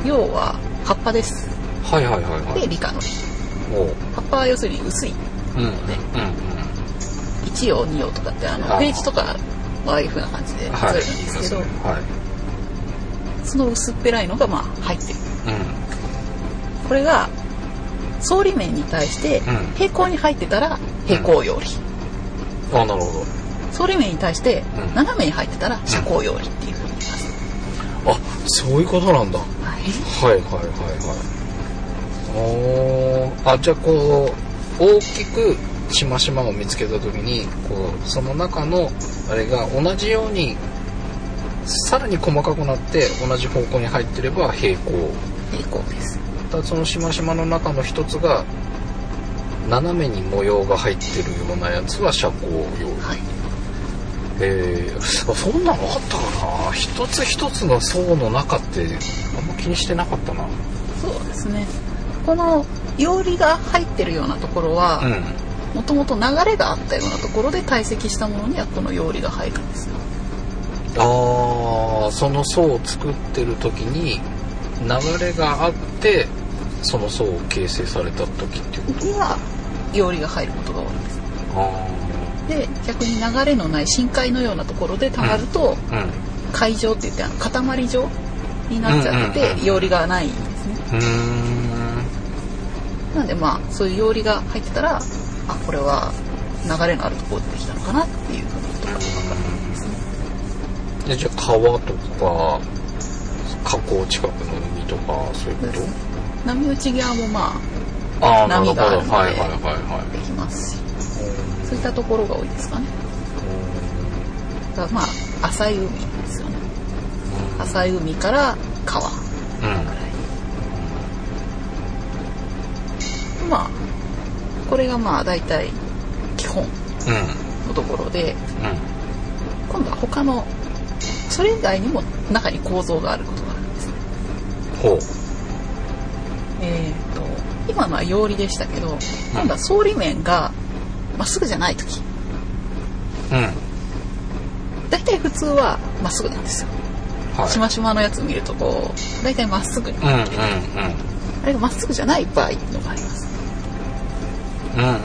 Speaker 3: 葉は葉っぱです
Speaker 5: はいはいはいは
Speaker 3: で
Speaker 5: い
Speaker 3: 理科の理
Speaker 5: おう
Speaker 3: 葉っぱは要するに薄い
Speaker 5: うんうん
Speaker 3: 1葉2葉とかってあの
Speaker 5: あー
Speaker 3: ページとかああいう風な感じで
Speaker 5: うん
Speaker 3: 数え
Speaker 5: はい
Speaker 3: るんですけど、
Speaker 5: はい
Speaker 3: その薄っぺらいのがまあ入ってる
Speaker 5: うん
Speaker 3: これが総理面に対して
Speaker 5: ん
Speaker 3: 平行に入ってたら平行葉理、
Speaker 5: あなるほ
Speaker 3: 総理面に対して
Speaker 5: うん
Speaker 3: 斜めに入ってたら斜行葉理っていう風に言います、
Speaker 5: どあそういうことなんだは
Speaker 3: はい
Speaker 5: いはいはいはいおーあじゃあこう大きくしましまを見つけた時にこうその中のあれが同じようにさらに細かくなって同じ方向に入ってれば平行
Speaker 3: 平行です
Speaker 5: ただそのしましまの中の一つが斜めに模様が入ってるようなやつは遮光用意、
Speaker 3: はい
Speaker 5: えー、あそんなのあったかな一つ一つの層の中ってあんま気にしてなかったな
Speaker 3: そうですねこの葉理が入ってるようなところは、
Speaker 5: ん
Speaker 3: もともと流れがあったようなところで堆積したものにはこの用理が入るんですよ
Speaker 5: あーその層を作ってる時に流れがあってその層を形成された時っていう
Speaker 3: には用理が入ることが多いんです
Speaker 5: あ
Speaker 3: で逆に流れのない深海のようなところで溜まると
Speaker 5: うん
Speaker 3: 海上って言ってあの塊状になっちゃって
Speaker 5: うんうんうん
Speaker 3: て、いおりがないんですね
Speaker 5: うーん
Speaker 3: なんでまあそういう用理が入ってたらあこれは流れのあるところできたのかなっていうことが分かるんですね
Speaker 5: でじゃあ川とか河口近くの海とかそういうこ
Speaker 3: で
Speaker 5: と
Speaker 3: すね波打ち際もま
Speaker 5: ああなるほ
Speaker 3: 波
Speaker 5: ど
Speaker 3: があるので
Speaker 5: はいはいはいは
Speaker 3: あできますし
Speaker 5: い
Speaker 3: そういったところが多いですかねだからまあ浅い海ですよね浅い海から川
Speaker 5: うん
Speaker 3: まあこれがまあ大体基本
Speaker 5: うん
Speaker 3: のところで
Speaker 5: うん
Speaker 3: 今度は他のそれ以外にも中に構造があることがあるんですね
Speaker 5: ほう
Speaker 3: えー、と今のは陽理でしたけど今度は総理面がまっすぐじゃない時
Speaker 5: うん
Speaker 3: 大体普通はまっすぐなんですよ
Speaker 5: はい
Speaker 3: しましまのやつ見るとこう大体まっすぐに
Speaker 5: うんうんうん
Speaker 3: あれがまっすぐじゃない場合っていうのがあります
Speaker 5: うんうん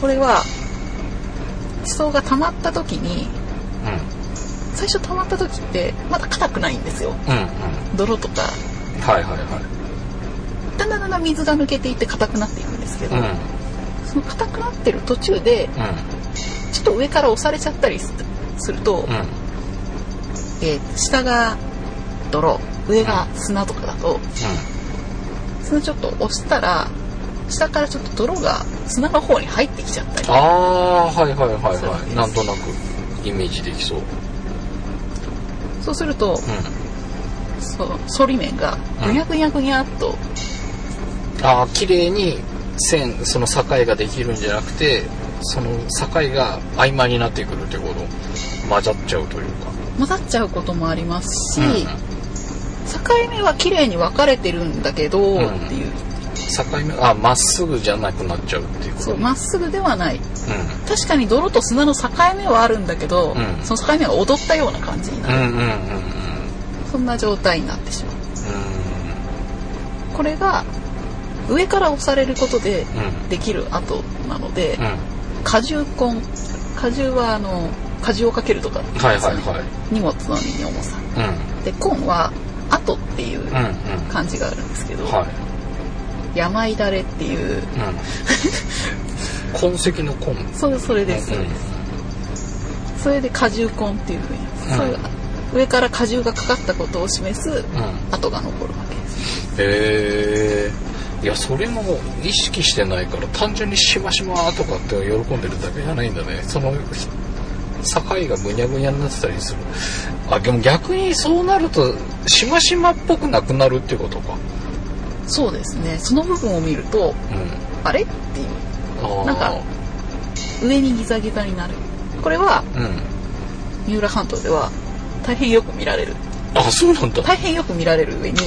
Speaker 3: これは地層が溜まった時に
Speaker 5: う
Speaker 3: 最初溜まった時ってまだ硬くないんですよ
Speaker 5: んうんうんうんうん
Speaker 3: 泥とか
Speaker 5: はいはいは
Speaker 3: だんだんだんだん水が抜けていって硬くなっていくんですけ
Speaker 5: い
Speaker 3: ど、
Speaker 5: うん
Speaker 3: その硬くなってる途中でちょっと上から押されちゃったりすすると、
Speaker 5: うんうん
Speaker 3: えー下が泥上が砂とかだと砂ちょっと押したら下からちょっと泥が砂の方に入ってきちゃったり
Speaker 5: ああはいはいはい
Speaker 3: そうで
Speaker 5: はい
Speaker 3: す
Speaker 5: なんとなくイメージできそう
Speaker 3: そうすると
Speaker 5: うん
Speaker 3: そ反り面がぐにゃぐにゃぐにゃっと
Speaker 5: ああ綺麗に線その境ができるんじゃなくてその境が曖昧になってくるってこと混ざっちゃうというか
Speaker 3: 混ざっちゃうこともあります
Speaker 5: うん
Speaker 3: し、境目は綺麗に分かれてるんだけど、
Speaker 5: うん
Speaker 3: っていう
Speaker 5: 境目あまっすぐじゃなくなっちゃうっていうこと
Speaker 3: そうまっすぐではない
Speaker 5: うん
Speaker 3: 確かに泥と砂の境目はあるんだけど、
Speaker 5: うん
Speaker 3: その境目は踊ったような感じに
Speaker 5: う
Speaker 3: なる、
Speaker 5: んうんうんうん
Speaker 3: そんな状態になってしまうこれが上から押されることで
Speaker 5: うん
Speaker 3: できる跡なので、
Speaker 5: うん
Speaker 3: 荷重根荷重はあの荷重をかけるとかって言うん
Speaker 5: はい
Speaker 3: です
Speaker 5: は
Speaker 3: よ
Speaker 5: い
Speaker 3: ね
Speaker 5: はい
Speaker 3: 荷物の荷に重さ
Speaker 5: うん
Speaker 3: で根は跡っていう
Speaker 5: うん
Speaker 3: 漢字があるんですけど、
Speaker 5: うんはい
Speaker 3: 山いだれっていう
Speaker 5: うん痕跡の痕
Speaker 3: それそれです、
Speaker 5: うん
Speaker 3: それで荷重根っていうふうに、
Speaker 5: うん
Speaker 3: それが上から荷重がかかったことを示す
Speaker 5: うん
Speaker 3: 跡が残るわけです
Speaker 5: へえいやそれも意識してないから単純にしましまとかって喜んでるだけじゃないんだねそのひ境がぐにゃぐにゃになってたりするあでも逆にそうなるとしましまっぽくなくなるってことか
Speaker 3: そうですねその部分を見ると
Speaker 5: うん
Speaker 3: あれっていう
Speaker 5: あー
Speaker 3: なんか上にギザギザになるこれは
Speaker 5: うん
Speaker 3: 三浦半島では大変よく見られる
Speaker 5: あそうなんだ
Speaker 3: 大変よく見られる上に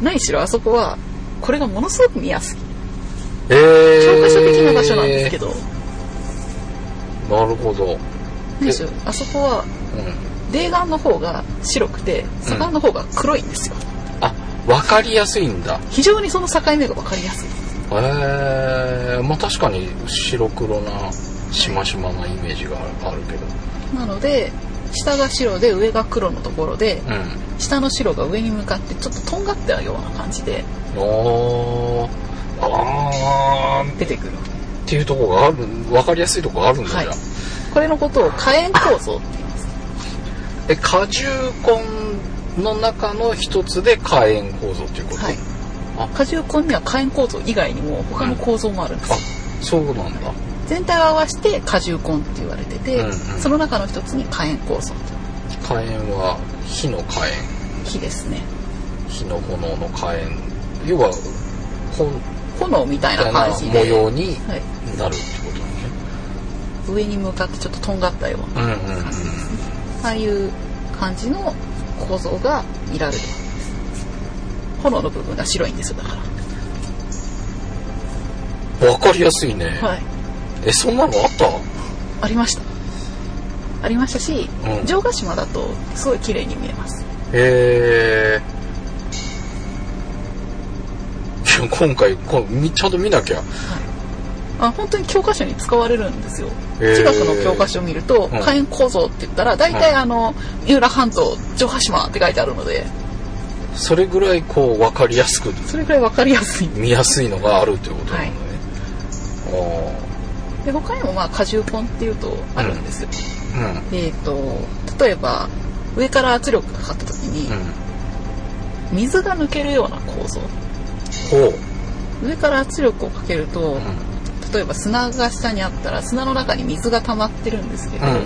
Speaker 5: うん
Speaker 3: 何しろあそこはこれがものすごく見やすい
Speaker 5: ええ
Speaker 3: 教科書的な場所なんですけど、
Speaker 5: どなるほど
Speaker 3: 何しろあそこは
Speaker 5: うん
Speaker 3: 泥岩の方が白くて砂岩の方が黒いんですよ、
Speaker 5: あ分かりやすいんだ
Speaker 3: 非常にその境目が分かりやすい
Speaker 5: えー、まあ確かに白黒なしましまなイメージがあるけど
Speaker 3: なので下が白で上が黒のところで
Speaker 5: う
Speaker 3: 下の白が上に向かってちょっととんがってるような感じで
Speaker 5: んおーあー
Speaker 3: 出てくる
Speaker 5: っていうとこがある分かりやすいとこがあるんだじゃ
Speaker 3: はい
Speaker 5: ん、
Speaker 3: これのことを火炎構造って言います
Speaker 5: え果汁根の中の一つで火炎構造っていうこと、
Speaker 3: はい
Speaker 5: あ
Speaker 3: 果汁根には火炎構造以外にも他の構造もあるんですよ、
Speaker 5: そうなんだ
Speaker 3: 全体を合わせて果汁根って言われてて、
Speaker 5: うんうん
Speaker 3: その中の一つに火炎構造と
Speaker 5: 火炎は火の火炎
Speaker 3: 火ですね
Speaker 5: 火の炎の火炎要は本
Speaker 3: 炎みたいな
Speaker 5: 体
Speaker 3: 感
Speaker 5: な
Speaker 3: じで
Speaker 5: 模様に
Speaker 3: はい、
Speaker 5: なるってことだね
Speaker 3: 上に向かってちょっととんがったよう
Speaker 5: う
Speaker 3: な、
Speaker 5: んうんうん
Speaker 3: ああいう感じの構造が見られる炎の部分が白いんですよだか
Speaker 5: 分かりやすいね、
Speaker 3: らはい
Speaker 5: えそんなのあった
Speaker 3: ありましたありましたし、
Speaker 5: うん
Speaker 3: 城ヶ島だとすごい綺麗に見えます
Speaker 5: へえ今回こうみちゃんと見なきゃ、
Speaker 3: あ本当に教科書に使われるんですよ。
Speaker 5: へー
Speaker 3: 地学の教科書を見ると、
Speaker 5: ん
Speaker 3: 火炎構造って言ったら、大体
Speaker 5: うん
Speaker 3: あの、三浦半島、城ヶ島って書いてあるので、
Speaker 5: それぐらいこう分かりやすく
Speaker 3: それくらいわかりやすい。
Speaker 5: 見やすいのがあるということなんだね、
Speaker 3: で、他にもまあ、荷重根っていうとあるんですよ。
Speaker 5: あ
Speaker 3: えっ、と、例えば、上から圧力がかかった時に
Speaker 5: あ、
Speaker 3: 水が抜けるような構造。
Speaker 5: うんうんほ
Speaker 3: 上から圧力をかけると、
Speaker 5: う
Speaker 3: 例えば砂が下にあったら砂の中に水が溜まってるんですけど、
Speaker 5: うんうん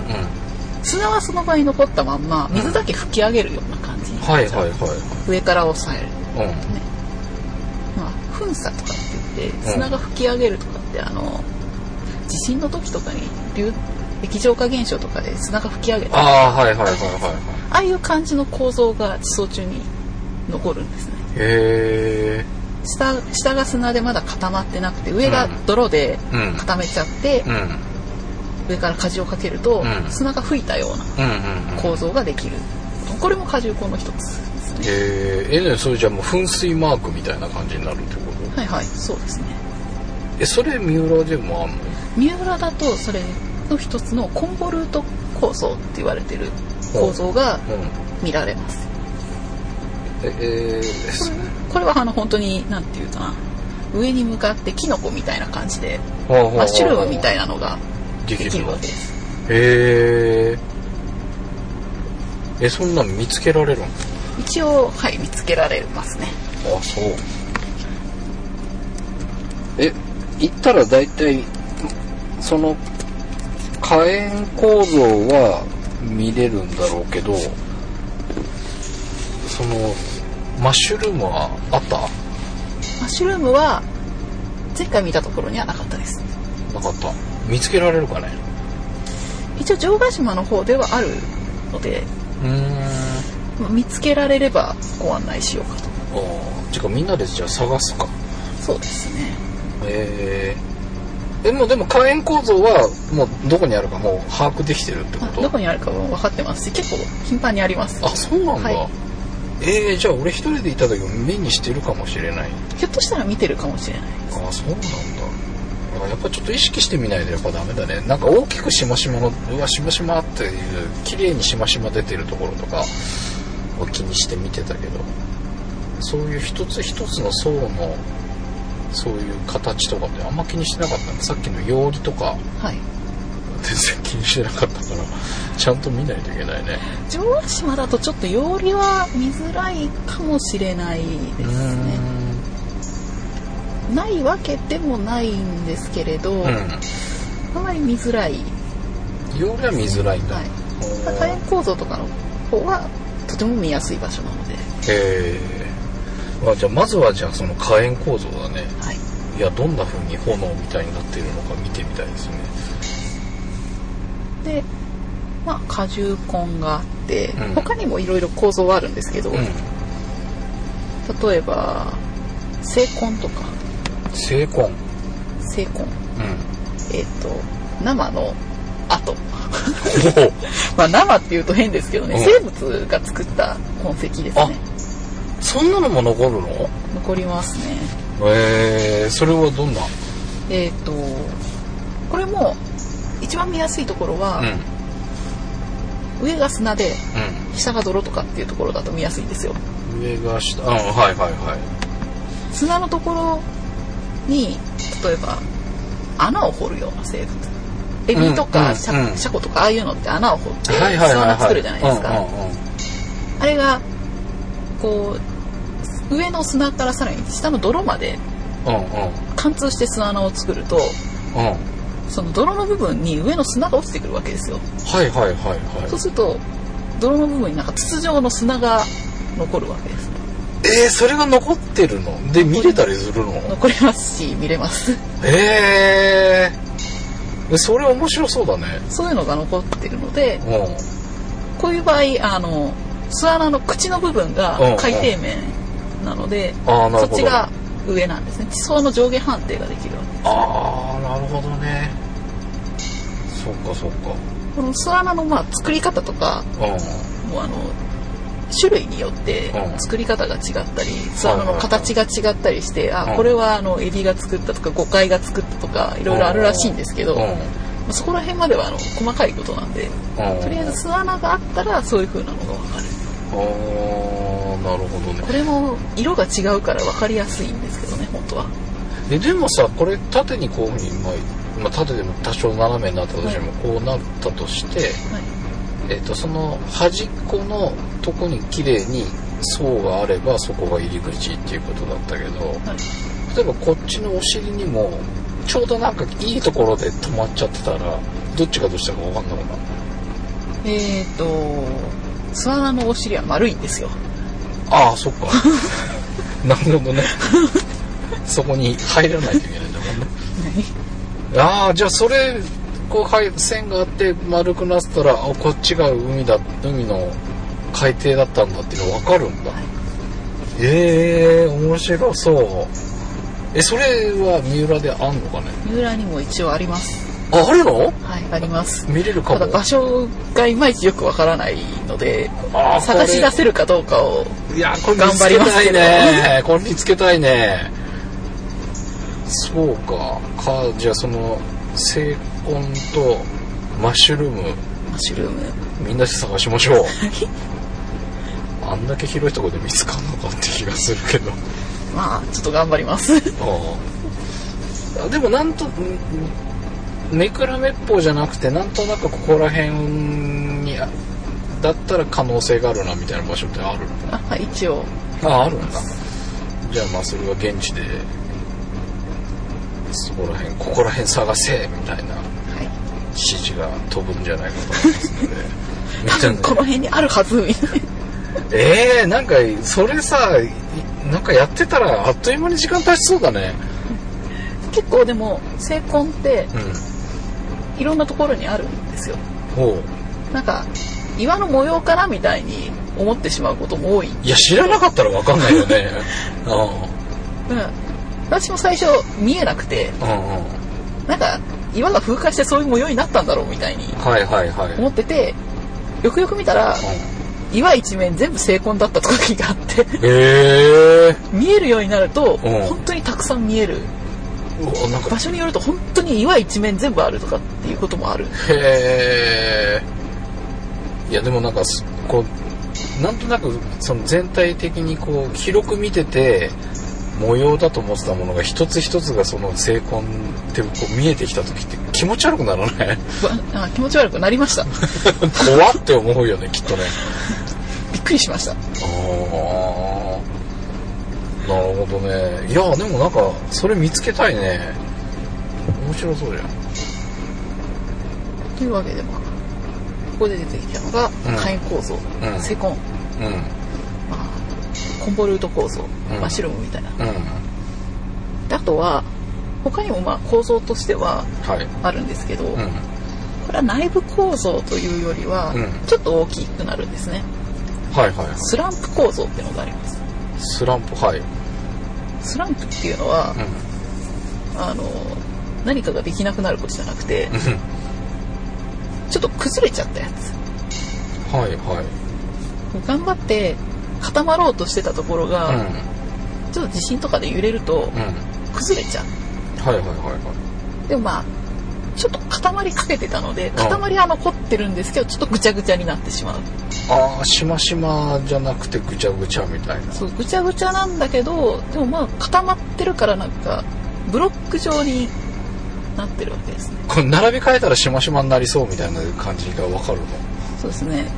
Speaker 3: 砂はその場に残ったまんま水だけ吹き上げるような感じに
Speaker 5: は
Speaker 3: ないっちゃう、
Speaker 5: はいは
Speaker 3: 上から押さえる、
Speaker 5: いうん
Speaker 3: まあ、噴砂とかって言って
Speaker 5: うん
Speaker 3: 砂が吹き上げるとかってあの地震の時とかに流液状化現象とかで砂が吹き上げたあ
Speaker 5: ああはいはいはいはいはい
Speaker 3: あいう感じの構造が地層中に残るんですね
Speaker 5: へえ
Speaker 3: 下下が砂でまだ固まってなくて上が泥で
Speaker 5: うんうん
Speaker 3: 固めちゃって、
Speaker 5: うんうん
Speaker 3: 上から荷重をかけると、
Speaker 5: うん
Speaker 3: 砂が吹いたような
Speaker 5: うんうん
Speaker 3: 構造ができる、これも荷重根の一つですね
Speaker 5: えー、えねそれじゃあもう噴水マークみたいな感じになるってこと
Speaker 3: はいはいそうですね
Speaker 5: えそれ三浦でもあんの
Speaker 3: 三浦だとそれの一つのコンボルート構造って言われてる構造が
Speaker 5: うん
Speaker 3: 見られます
Speaker 5: ええー、ですね
Speaker 3: これはあの本当に何て言うかな上に向かってキノコみたいな感じで
Speaker 5: マ
Speaker 3: マッシュルームみた
Speaker 5: い
Speaker 3: いなのが
Speaker 5: で
Speaker 3: で
Speaker 5: き
Speaker 3: き
Speaker 5: る
Speaker 3: るわ
Speaker 5: の
Speaker 3: けです
Speaker 5: へええそんなん見つけられるの
Speaker 3: 一応はい見つけられますね
Speaker 5: あそうえ行ったら大体その火炎構造は見れるんだろうけどそのマッシュルームはあった
Speaker 3: マッシュルームは前回見たところにはなかったです
Speaker 5: なかった見つけられるかね
Speaker 3: 一応城ヶ島の方ではあるので
Speaker 5: うーん
Speaker 3: まあ見つけられればご案内しようかと
Speaker 5: ああてかみんなでじゃあ探すか
Speaker 3: そうですね
Speaker 5: ええもうでも火炎構造はもうどこにあるかもう把握できてるってこ
Speaker 3: まあ
Speaker 5: と
Speaker 3: どこにあるかも分かってますし結構頻繁にあります
Speaker 5: あそうなんだ、
Speaker 3: はい
Speaker 5: えー、じゃあ俺一人でいた時目にしてるかもしれない
Speaker 3: ひょっとしたら見てるかもしれない
Speaker 5: あーそうなんだあやっぱちょっと意識してみないとやっぱダメだねなんか大きくしましまのうわしましまっていう綺麗にしましま出てるところとかを気にして見てたけどそういう一つ一つの層のそういう形とかってあんま気にしてなかったねさっきの曜りとか
Speaker 3: はい
Speaker 5: 全然気にしてなかったからちゃんと見ないといけないね
Speaker 3: 城ヶ島だとちょっと用理は見づらいかもしれないですねないわけでもないんですけれど、
Speaker 5: う
Speaker 3: あ
Speaker 5: ん
Speaker 3: まり見づらい、はい、
Speaker 5: よりは見づらいんだ、
Speaker 3: はい
Speaker 5: おー
Speaker 3: 火炎構造とかの方はとても見やすい場所なので、
Speaker 5: へえじゃあまずはじゃあその火炎構造だね
Speaker 3: はい、
Speaker 5: いやどんな風に炎みたいになっているのか見てみたいですね
Speaker 3: で、まあ、荷重根があって、
Speaker 5: うん
Speaker 3: 他にもいろいろ構造はあるんですけど、
Speaker 5: う
Speaker 3: 例えば精根とか
Speaker 5: ん精根うん
Speaker 3: 精根えっ、と生の跡
Speaker 5: おお
Speaker 3: まあ生っていうと変ですけどね、
Speaker 5: うん
Speaker 3: 生物が作った痕跡です
Speaker 5: あ
Speaker 3: ね
Speaker 5: そんなのも残るの
Speaker 3: 残りますね
Speaker 5: へえそれはどんな
Speaker 3: えっ、とこれも一番見やすいところは、上が砂で下が泥とかっていうところだと見やすいんですよ
Speaker 5: うん上が下うんはいはいはい
Speaker 3: 砂のところに例えば穴を掘るような生物エビと
Speaker 5: う
Speaker 3: か
Speaker 5: ん
Speaker 3: シ
Speaker 5: う
Speaker 3: ャ
Speaker 5: ん
Speaker 3: シャコとかああいうのって穴を掘って
Speaker 5: はいはいはい
Speaker 3: 砂
Speaker 5: は
Speaker 3: 作
Speaker 5: い
Speaker 3: るじゃないですか、
Speaker 5: うんうんうん
Speaker 3: あれがこう上の砂からさらに下の泥まで
Speaker 5: う
Speaker 3: 貫通して砂穴を作ると
Speaker 5: んうんうん
Speaker 3: その泥の部分に上の砂が落ちてくるわけですよ
Speaker 5: はいはいはいはい
Speaker 3: そうすると泥の部分になんか筒状の砂が残るわけです
Speaker 5: えー、それが残ってるので見れたりするの
Speaker 3: 残りますし見れます
Speaker 5: えー、それ面白そうだね
Speaker 3: そういうのが残ってるので
Speaker 5: うんうん
Speaker 3: こういう場合あの巣穴の口の部分
Speaker 5: うんう
Speaker 3: が
Speaker 5: ん
Speaker 3: 海底面なので
Speaker 5: あーな
Speaker 3: そ
Speaker 5: るほど
Speaker 3: っちが上なんですね地層の上下判定ができるわけです
Speaker 5: ああなるほどねそっかそっか
Speaker 3: この巣穴のまあ作り方とか
Speaker 5: うん
Speaker 3: もうあの種類によって
Speaker 5: うん
Speaker 3: 作り方が違ったり、ツアー
Speaker 5: はいはい
Speaker 3: の
Speaker 5: はい
Speaker 3: 形が違ったりして、
Speaker 5: う
Speaker 3: あ
Speaker 5: ん
Speaker 3: これはあのエビが作ったとかゴカイが作ったとかいろいろあるらしいんですけど、まあそこら辺まではあの細かいことなんでとりあえず巣穴があったらそういう風なのが分かる
Speaker 5: あーなるほどね
Speaker 3: これも色が違うから分かりやすいんですけどね本当は
Speaker 5: えでもさこれ縦にこういうふうに、まあまあ、縦でも多少斜めになったとしてもこうなったとして、
Speaker 3: はい
Speaker 5: えっとその端っこのとこに綺麗に層があればそこが入り口っていうことだったけど
Speaker 3: はい
Speaker 5: 例えばこっちのお尻にもちょうどなんかいいところで止まっちゃってたらどっちがどっちだか分かんなくなる
Speaker 3: えー、と巣穴のお尻は丸いんですよ
Speaker 5: ああそっか なるほどねそこに入らないといけないんだもんねああじゃあそれこうはい線があって丸くなってたらあこっちが海だ海の海底だったんだっていうの分かるんだええ面白そうえそれは三浦であんのかね
Speaker 3: 三浦にも一応あります
Speaker 5: ああるの
Speaker 3: はいあります
Speaker 5: 見れるか
Speaker 3: ただ
Speaker 5: も
Speaker 3: 場所がいまいちよくわからないので
Speaker 5: あー
Speaker 3: 探し出せるかどうかを
Speaker 5: いやこれ見
Speaker 3: 頑
Speaker 5: つ
Speaker 3: 張
Speaker 5: け
Speaker 3: ります
Speaker 5: たい
Speaker 3: けど
Speaker 5: ねこれ見つけたいねそうかかじゃあその精魂とマッシュルーム
Speaker 3: マッシュルーム
Speaker 5: みんなで探しま しょうあんだけ広いとこで見つかんのかって気がするけど
Speaker 3: まあちょっと頑張ります
Speaker 5: ああでもなんとんめくらめっぽうじゃなくてなんとなくここら辺にあだったら可能性があるなみたいな場所ってある
Speaker 3: あはい一応
Speaker 5: ああるんだじゃあまあそれは現地でそこら辺ここら辺探せみたいな
Speaker 3: はい
Speaker 5: 指示が飛ぶんじゃないかと思います のでめっちゃね
Speaker 3: この辺にあるはずみたいな
Speaker 5: えー、なんかそれさいなんかやってたらあっという間に時間経ちそうだね
Speaker 3: 結構でも精魂って
Speaker 5: うん
Speaker 3: いろんなところにあるんですよ
Speaker 5: ほう
Speaker 3: なんか岩の模様かなみたいに思ってしまうことも多い、
Speaker 5: いや知らなかったら分かんないよ ね
Speaker 3: うん、私も最初見えなくて
Speaker 5: うんうんうん
Speaker 3: なんか岩が風化してそういう模様になったんだろうみたいに
Speaker 5: はいはいはい、うん
Speaker 3: 思っててよくよく見たら岩一面全部精魂だったと時があって
Speaker 5: ええ
Speaker 3: 見えるようになると
Speaker 5: うん
Speaker 3: 本当にたくさん見える
Speaker 5: ー、うわなんか
Speaker 3: 場所によると本当に岩一面全部あるとかっていうこともある
Speaker 5: へえいやでもなんかすこうなんとなくその全体的にこう広く見てて模様だと思ってたものが一つ一つがその精魂ってこう見えてきた時って気持ち悪くならない
Speaker 3: わあ気持ち悪くなり ました
Speaker 5: 怖って思うよねきっとね
Speaker 3: びっくりしました
Speaker 5: ああなるほどねいやでもなんかそれ見つけたいね面白そうじゃん
Speaker 3: というわけでまあここで出てきたのが
Speaker 5: ん
Speaker 3: 簡易構造、
Speaker 5: ん
Speaker 3: セコン、
Speaker 5: う
Speaker 3: まあ、コンボルート構造、
Speaker 5: ん
Speaker 3: マッシュルームみたいなん
Speaker 5: うん
Speaker 3: であとは他にもまあ構造としては
Speaker 5: はい
Speaker 3: あるんですけど、
Speaker 5: うん
Speaker 3: これは内部構造というよりは
Speaker 5: うん
Speaker 3: ちょっと大きくなるんですね、
Speaker 5: はいはい
Speaker 3: スランプ構造っていうのがあります
Speaker 5: スランプはい
Speaker 3: スランプっていうのは、あの何かができなくなることじゃなくてちょっと崩れちゃったやつ
Speaker 5: はいはい
Speaker 3: 頑張って固まろうとしてたところが、ちょっと地震とかで揺れると
Speaker 5: うんうん
Speaker 3: 崩れちゃう
Speaker 5: はいはいはい
Speaker 3: でもまあちょっと固まりかけてたので
Speaker 5: ん
Speaker 3: 固まりは残ってるんですけどちょっとぐちゃぐちゃになってしまう
Speaker 5: はいああしましまじゃなくてぐちゃぐちゃみたいな
Speaker 3: そうぐちゃぐちゃなんだけどでもまあ固まってるからなんかブロック状になってるわけですね
Speaker 5: これ並び替えたらしましまになりそうみたいな感じがわかるの
Speaker 3: そうですね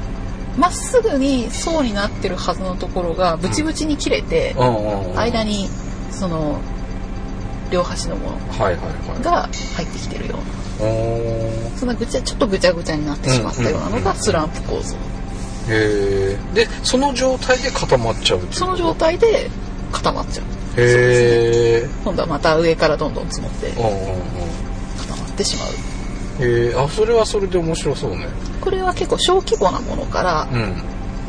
Speaker 3: まっすぐに層になってるはずのところがブチブチに切れて
Speaker 5: うんうんうんはい
Speaker 3: 間にその両端のもの
Speaker 5: はいはい
Speaker 3: が入ってきてるよう
Speaker 5: おー
Speaker 3: なそんなぐちゃちょっとぐちゃぐちゃになってしまったようなのがスランプ構造
Speaker 5: へえでその状態で固まっちゃうっていう
Speaker 3: その状態で固まっちゃう
Speaker 5: へえ
Speaker 3: 今度はまた上からどんどん積もって
Speaker 5: うんうんうん
Speaker 3: 固まってしまう
Speaker 5: へえあそれはそれで面白そうね
Speaker 3: これは結構小規模なものから
Speaker 5: うんうん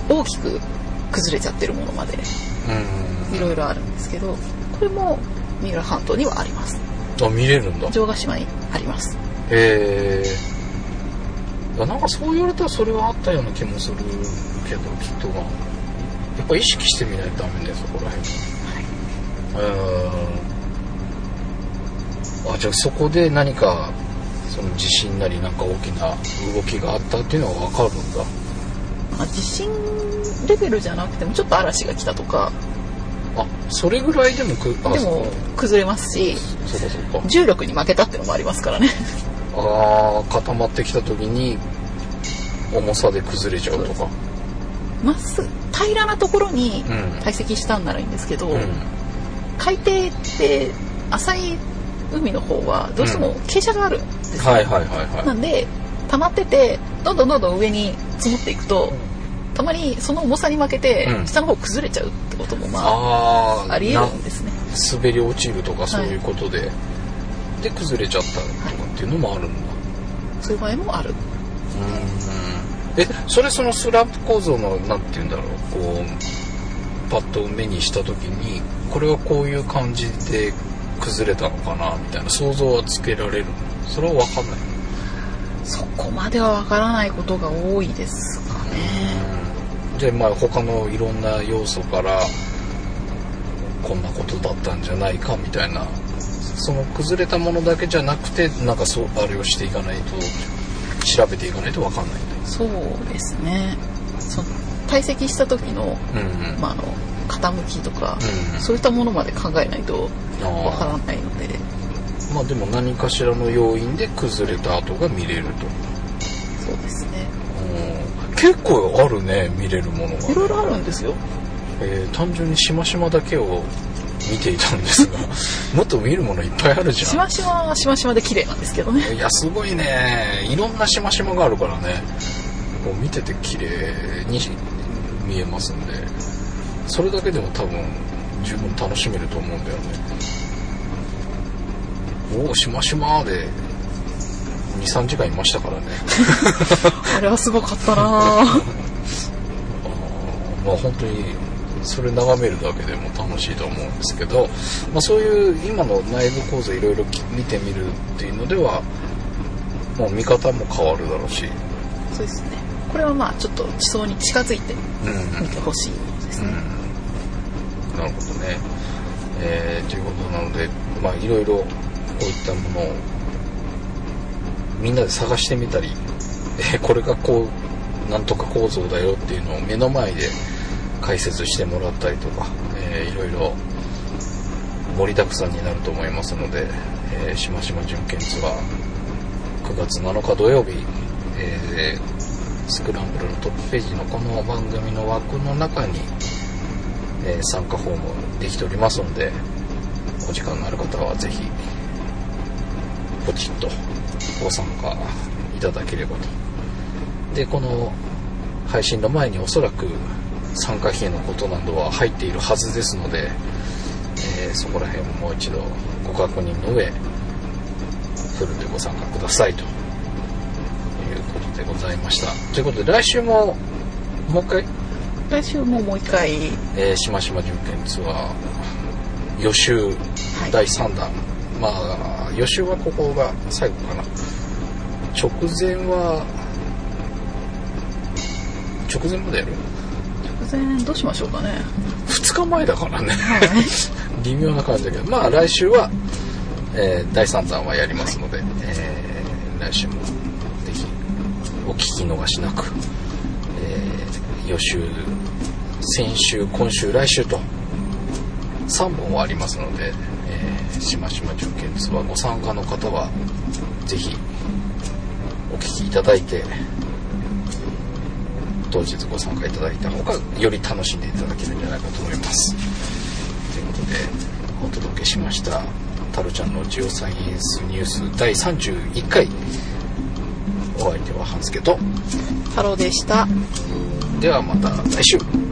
Speaker 3: 大きく崩れちゃってるものまでいろいろあるんですけどこれも三浦半島にはあります
Speaker 5: あ見れるんだ
Speaker 3: 城ヶ島にあります
Speaker 5: へえなんかそう言われたらそれはあったような気もするけどきっとなやっぱ意識してみないとダメねそこら辺うーんあじゃあそこで何かその地震なりなんか大きな動きがあったっていうのは分かるんだ
Speaker 3: まあ、地震レベルじゃなくてもちょっと嵐が来たとか
Speaker 5: あそれぐらいでもくあ
Speaker 3: でも崩れますし
Speaker 5: そうかそうか
Speaker 3: 重力に負けたってのもありますからね
Speaker 5: ああ固まってきた時に重さで崩れちゃうとか
Speaker 3: まっすぐ平らなところに
Speaker 5: うん
Speaker 3: 堆積したんならいいんですけど、
Speaker 5: うん
Speaker 3: 海底って浅い海の方はどうしても傾斜があるんですよ、
Speaker 5: はいはいはいは
Speaker 3: なんで溜まっててどんどんどんどん上に積もっていくと、たまにその重さに負けて
Speaker 5: うん
Speaker 3: 下の方崩れちゃうってこともまあ、
Speaker 5: ああ
Speaker 3: ありえるんですね
Speaker 5: 滑り落ちるとかそういうことで、で崩れちゃったとかっていうのもあるんだ、
Speaker 3: そういう場合もある
Speaker 5: えそれそのスランプ構造のなんて言うんだろうこうパッと目にした時にこれはこういう感じで崩れたのかなみたいな想像はつけられるのそれは分かんない
Speaker 3: そこまではわからないことが多いですかね
Speaker 5: でまあ他のいろんな要素からこんなことだったんじゃないかみたいなその崩れたものだけじゃなくてなんかそうあれをしていかないと調べていかないと分かんないんだ
Speaker 3: そうですねその堆積した時の,、
Speaker 5: うんうん
Speaker 3: まあ、あの傾きとか、
Speaker 5: うん
Speaker 3: そういったものまで考えないと
Speaker 5: あー
Speaker 3: わからないので
Speaker 5: まあでも何かしらの要因で崩れた跡が見れると
Speaker 3: そうですね
Speaker 5: うん結構あるね見れるものが
Speaker 3: いろいろあるんですよ
Speaker 5: えー単純にしましまだけを見ていたんですが もっと見るものいっぱいあるじ
Speaker 3: し
Speaker 5: ゃん
Speaker 3: ましまはしましまで綺麗なんですけ どね
Speaker 5: いやすごいねいろんなしましまがあるからねもう見てて綺麗に見えますんでそれだけでも多分十分楽しめると思うんだよねおおしましまで23時間いましたからね
Speaker 3: あれはすごかったなぁ
Speaker 5: まあ本当にそれ眺めるだけでも楽しいと思うんですけど、まあ、そういう今の内部構造いろいろき見てみるっていうのではもう見方も変わるだろうし、
Speaker 3: そうですねこれはまあちょっと地層に近づいて
Speaker 5: うん
Speaker 3: 見てほしいですね、
Speaker 5: うん、なるほどね、えーということなのでまあいろいろこういったものをみんなで探してみたり、 えーこれがこうなんとか構造だよっていうのを目の前で解説してもらったりとか、えーいろいろ盛りだくさんになると思いますので、えー、しましま準検ツアー9月7日土曜日、えースクランブルのトップページのこの番組の枠の中に、えー参加フォームできておりますのでお時間のある方はぜひポチッとご参加いただければとでこの配信の前におそらく参加費のことなどは入っているはずですので、えーそこら辺ももう一度ご確認の上フルでご参加くださいということでございましたということで来週ももう一回、
Speaker 3: 来週ももう一回
Speaker 5: えー、しましま準検ツアー予習第3弾、まあ予習はここが最後かな直前は直前までやる
Speaker 3: 突然どうしましょうかね
Speaker 5: 2日前だからね微妙な感じだけどまあ来週は、えー第3弾はやりますので、えー来週もぜひお聞き逃しなく、えー予習先週今週来週と3本はありますので、えーしましま準決はご参加の方はぜひお聞きいただいて当日ご参加いただいた方がより楽しんでいただけるんじゃないかと思いますということでお届けしました「タルちゃんのジオサイエンスニュース第31回」お相手は半助と
Speaker 3: ハローでした
Speaker 5: ではまた来週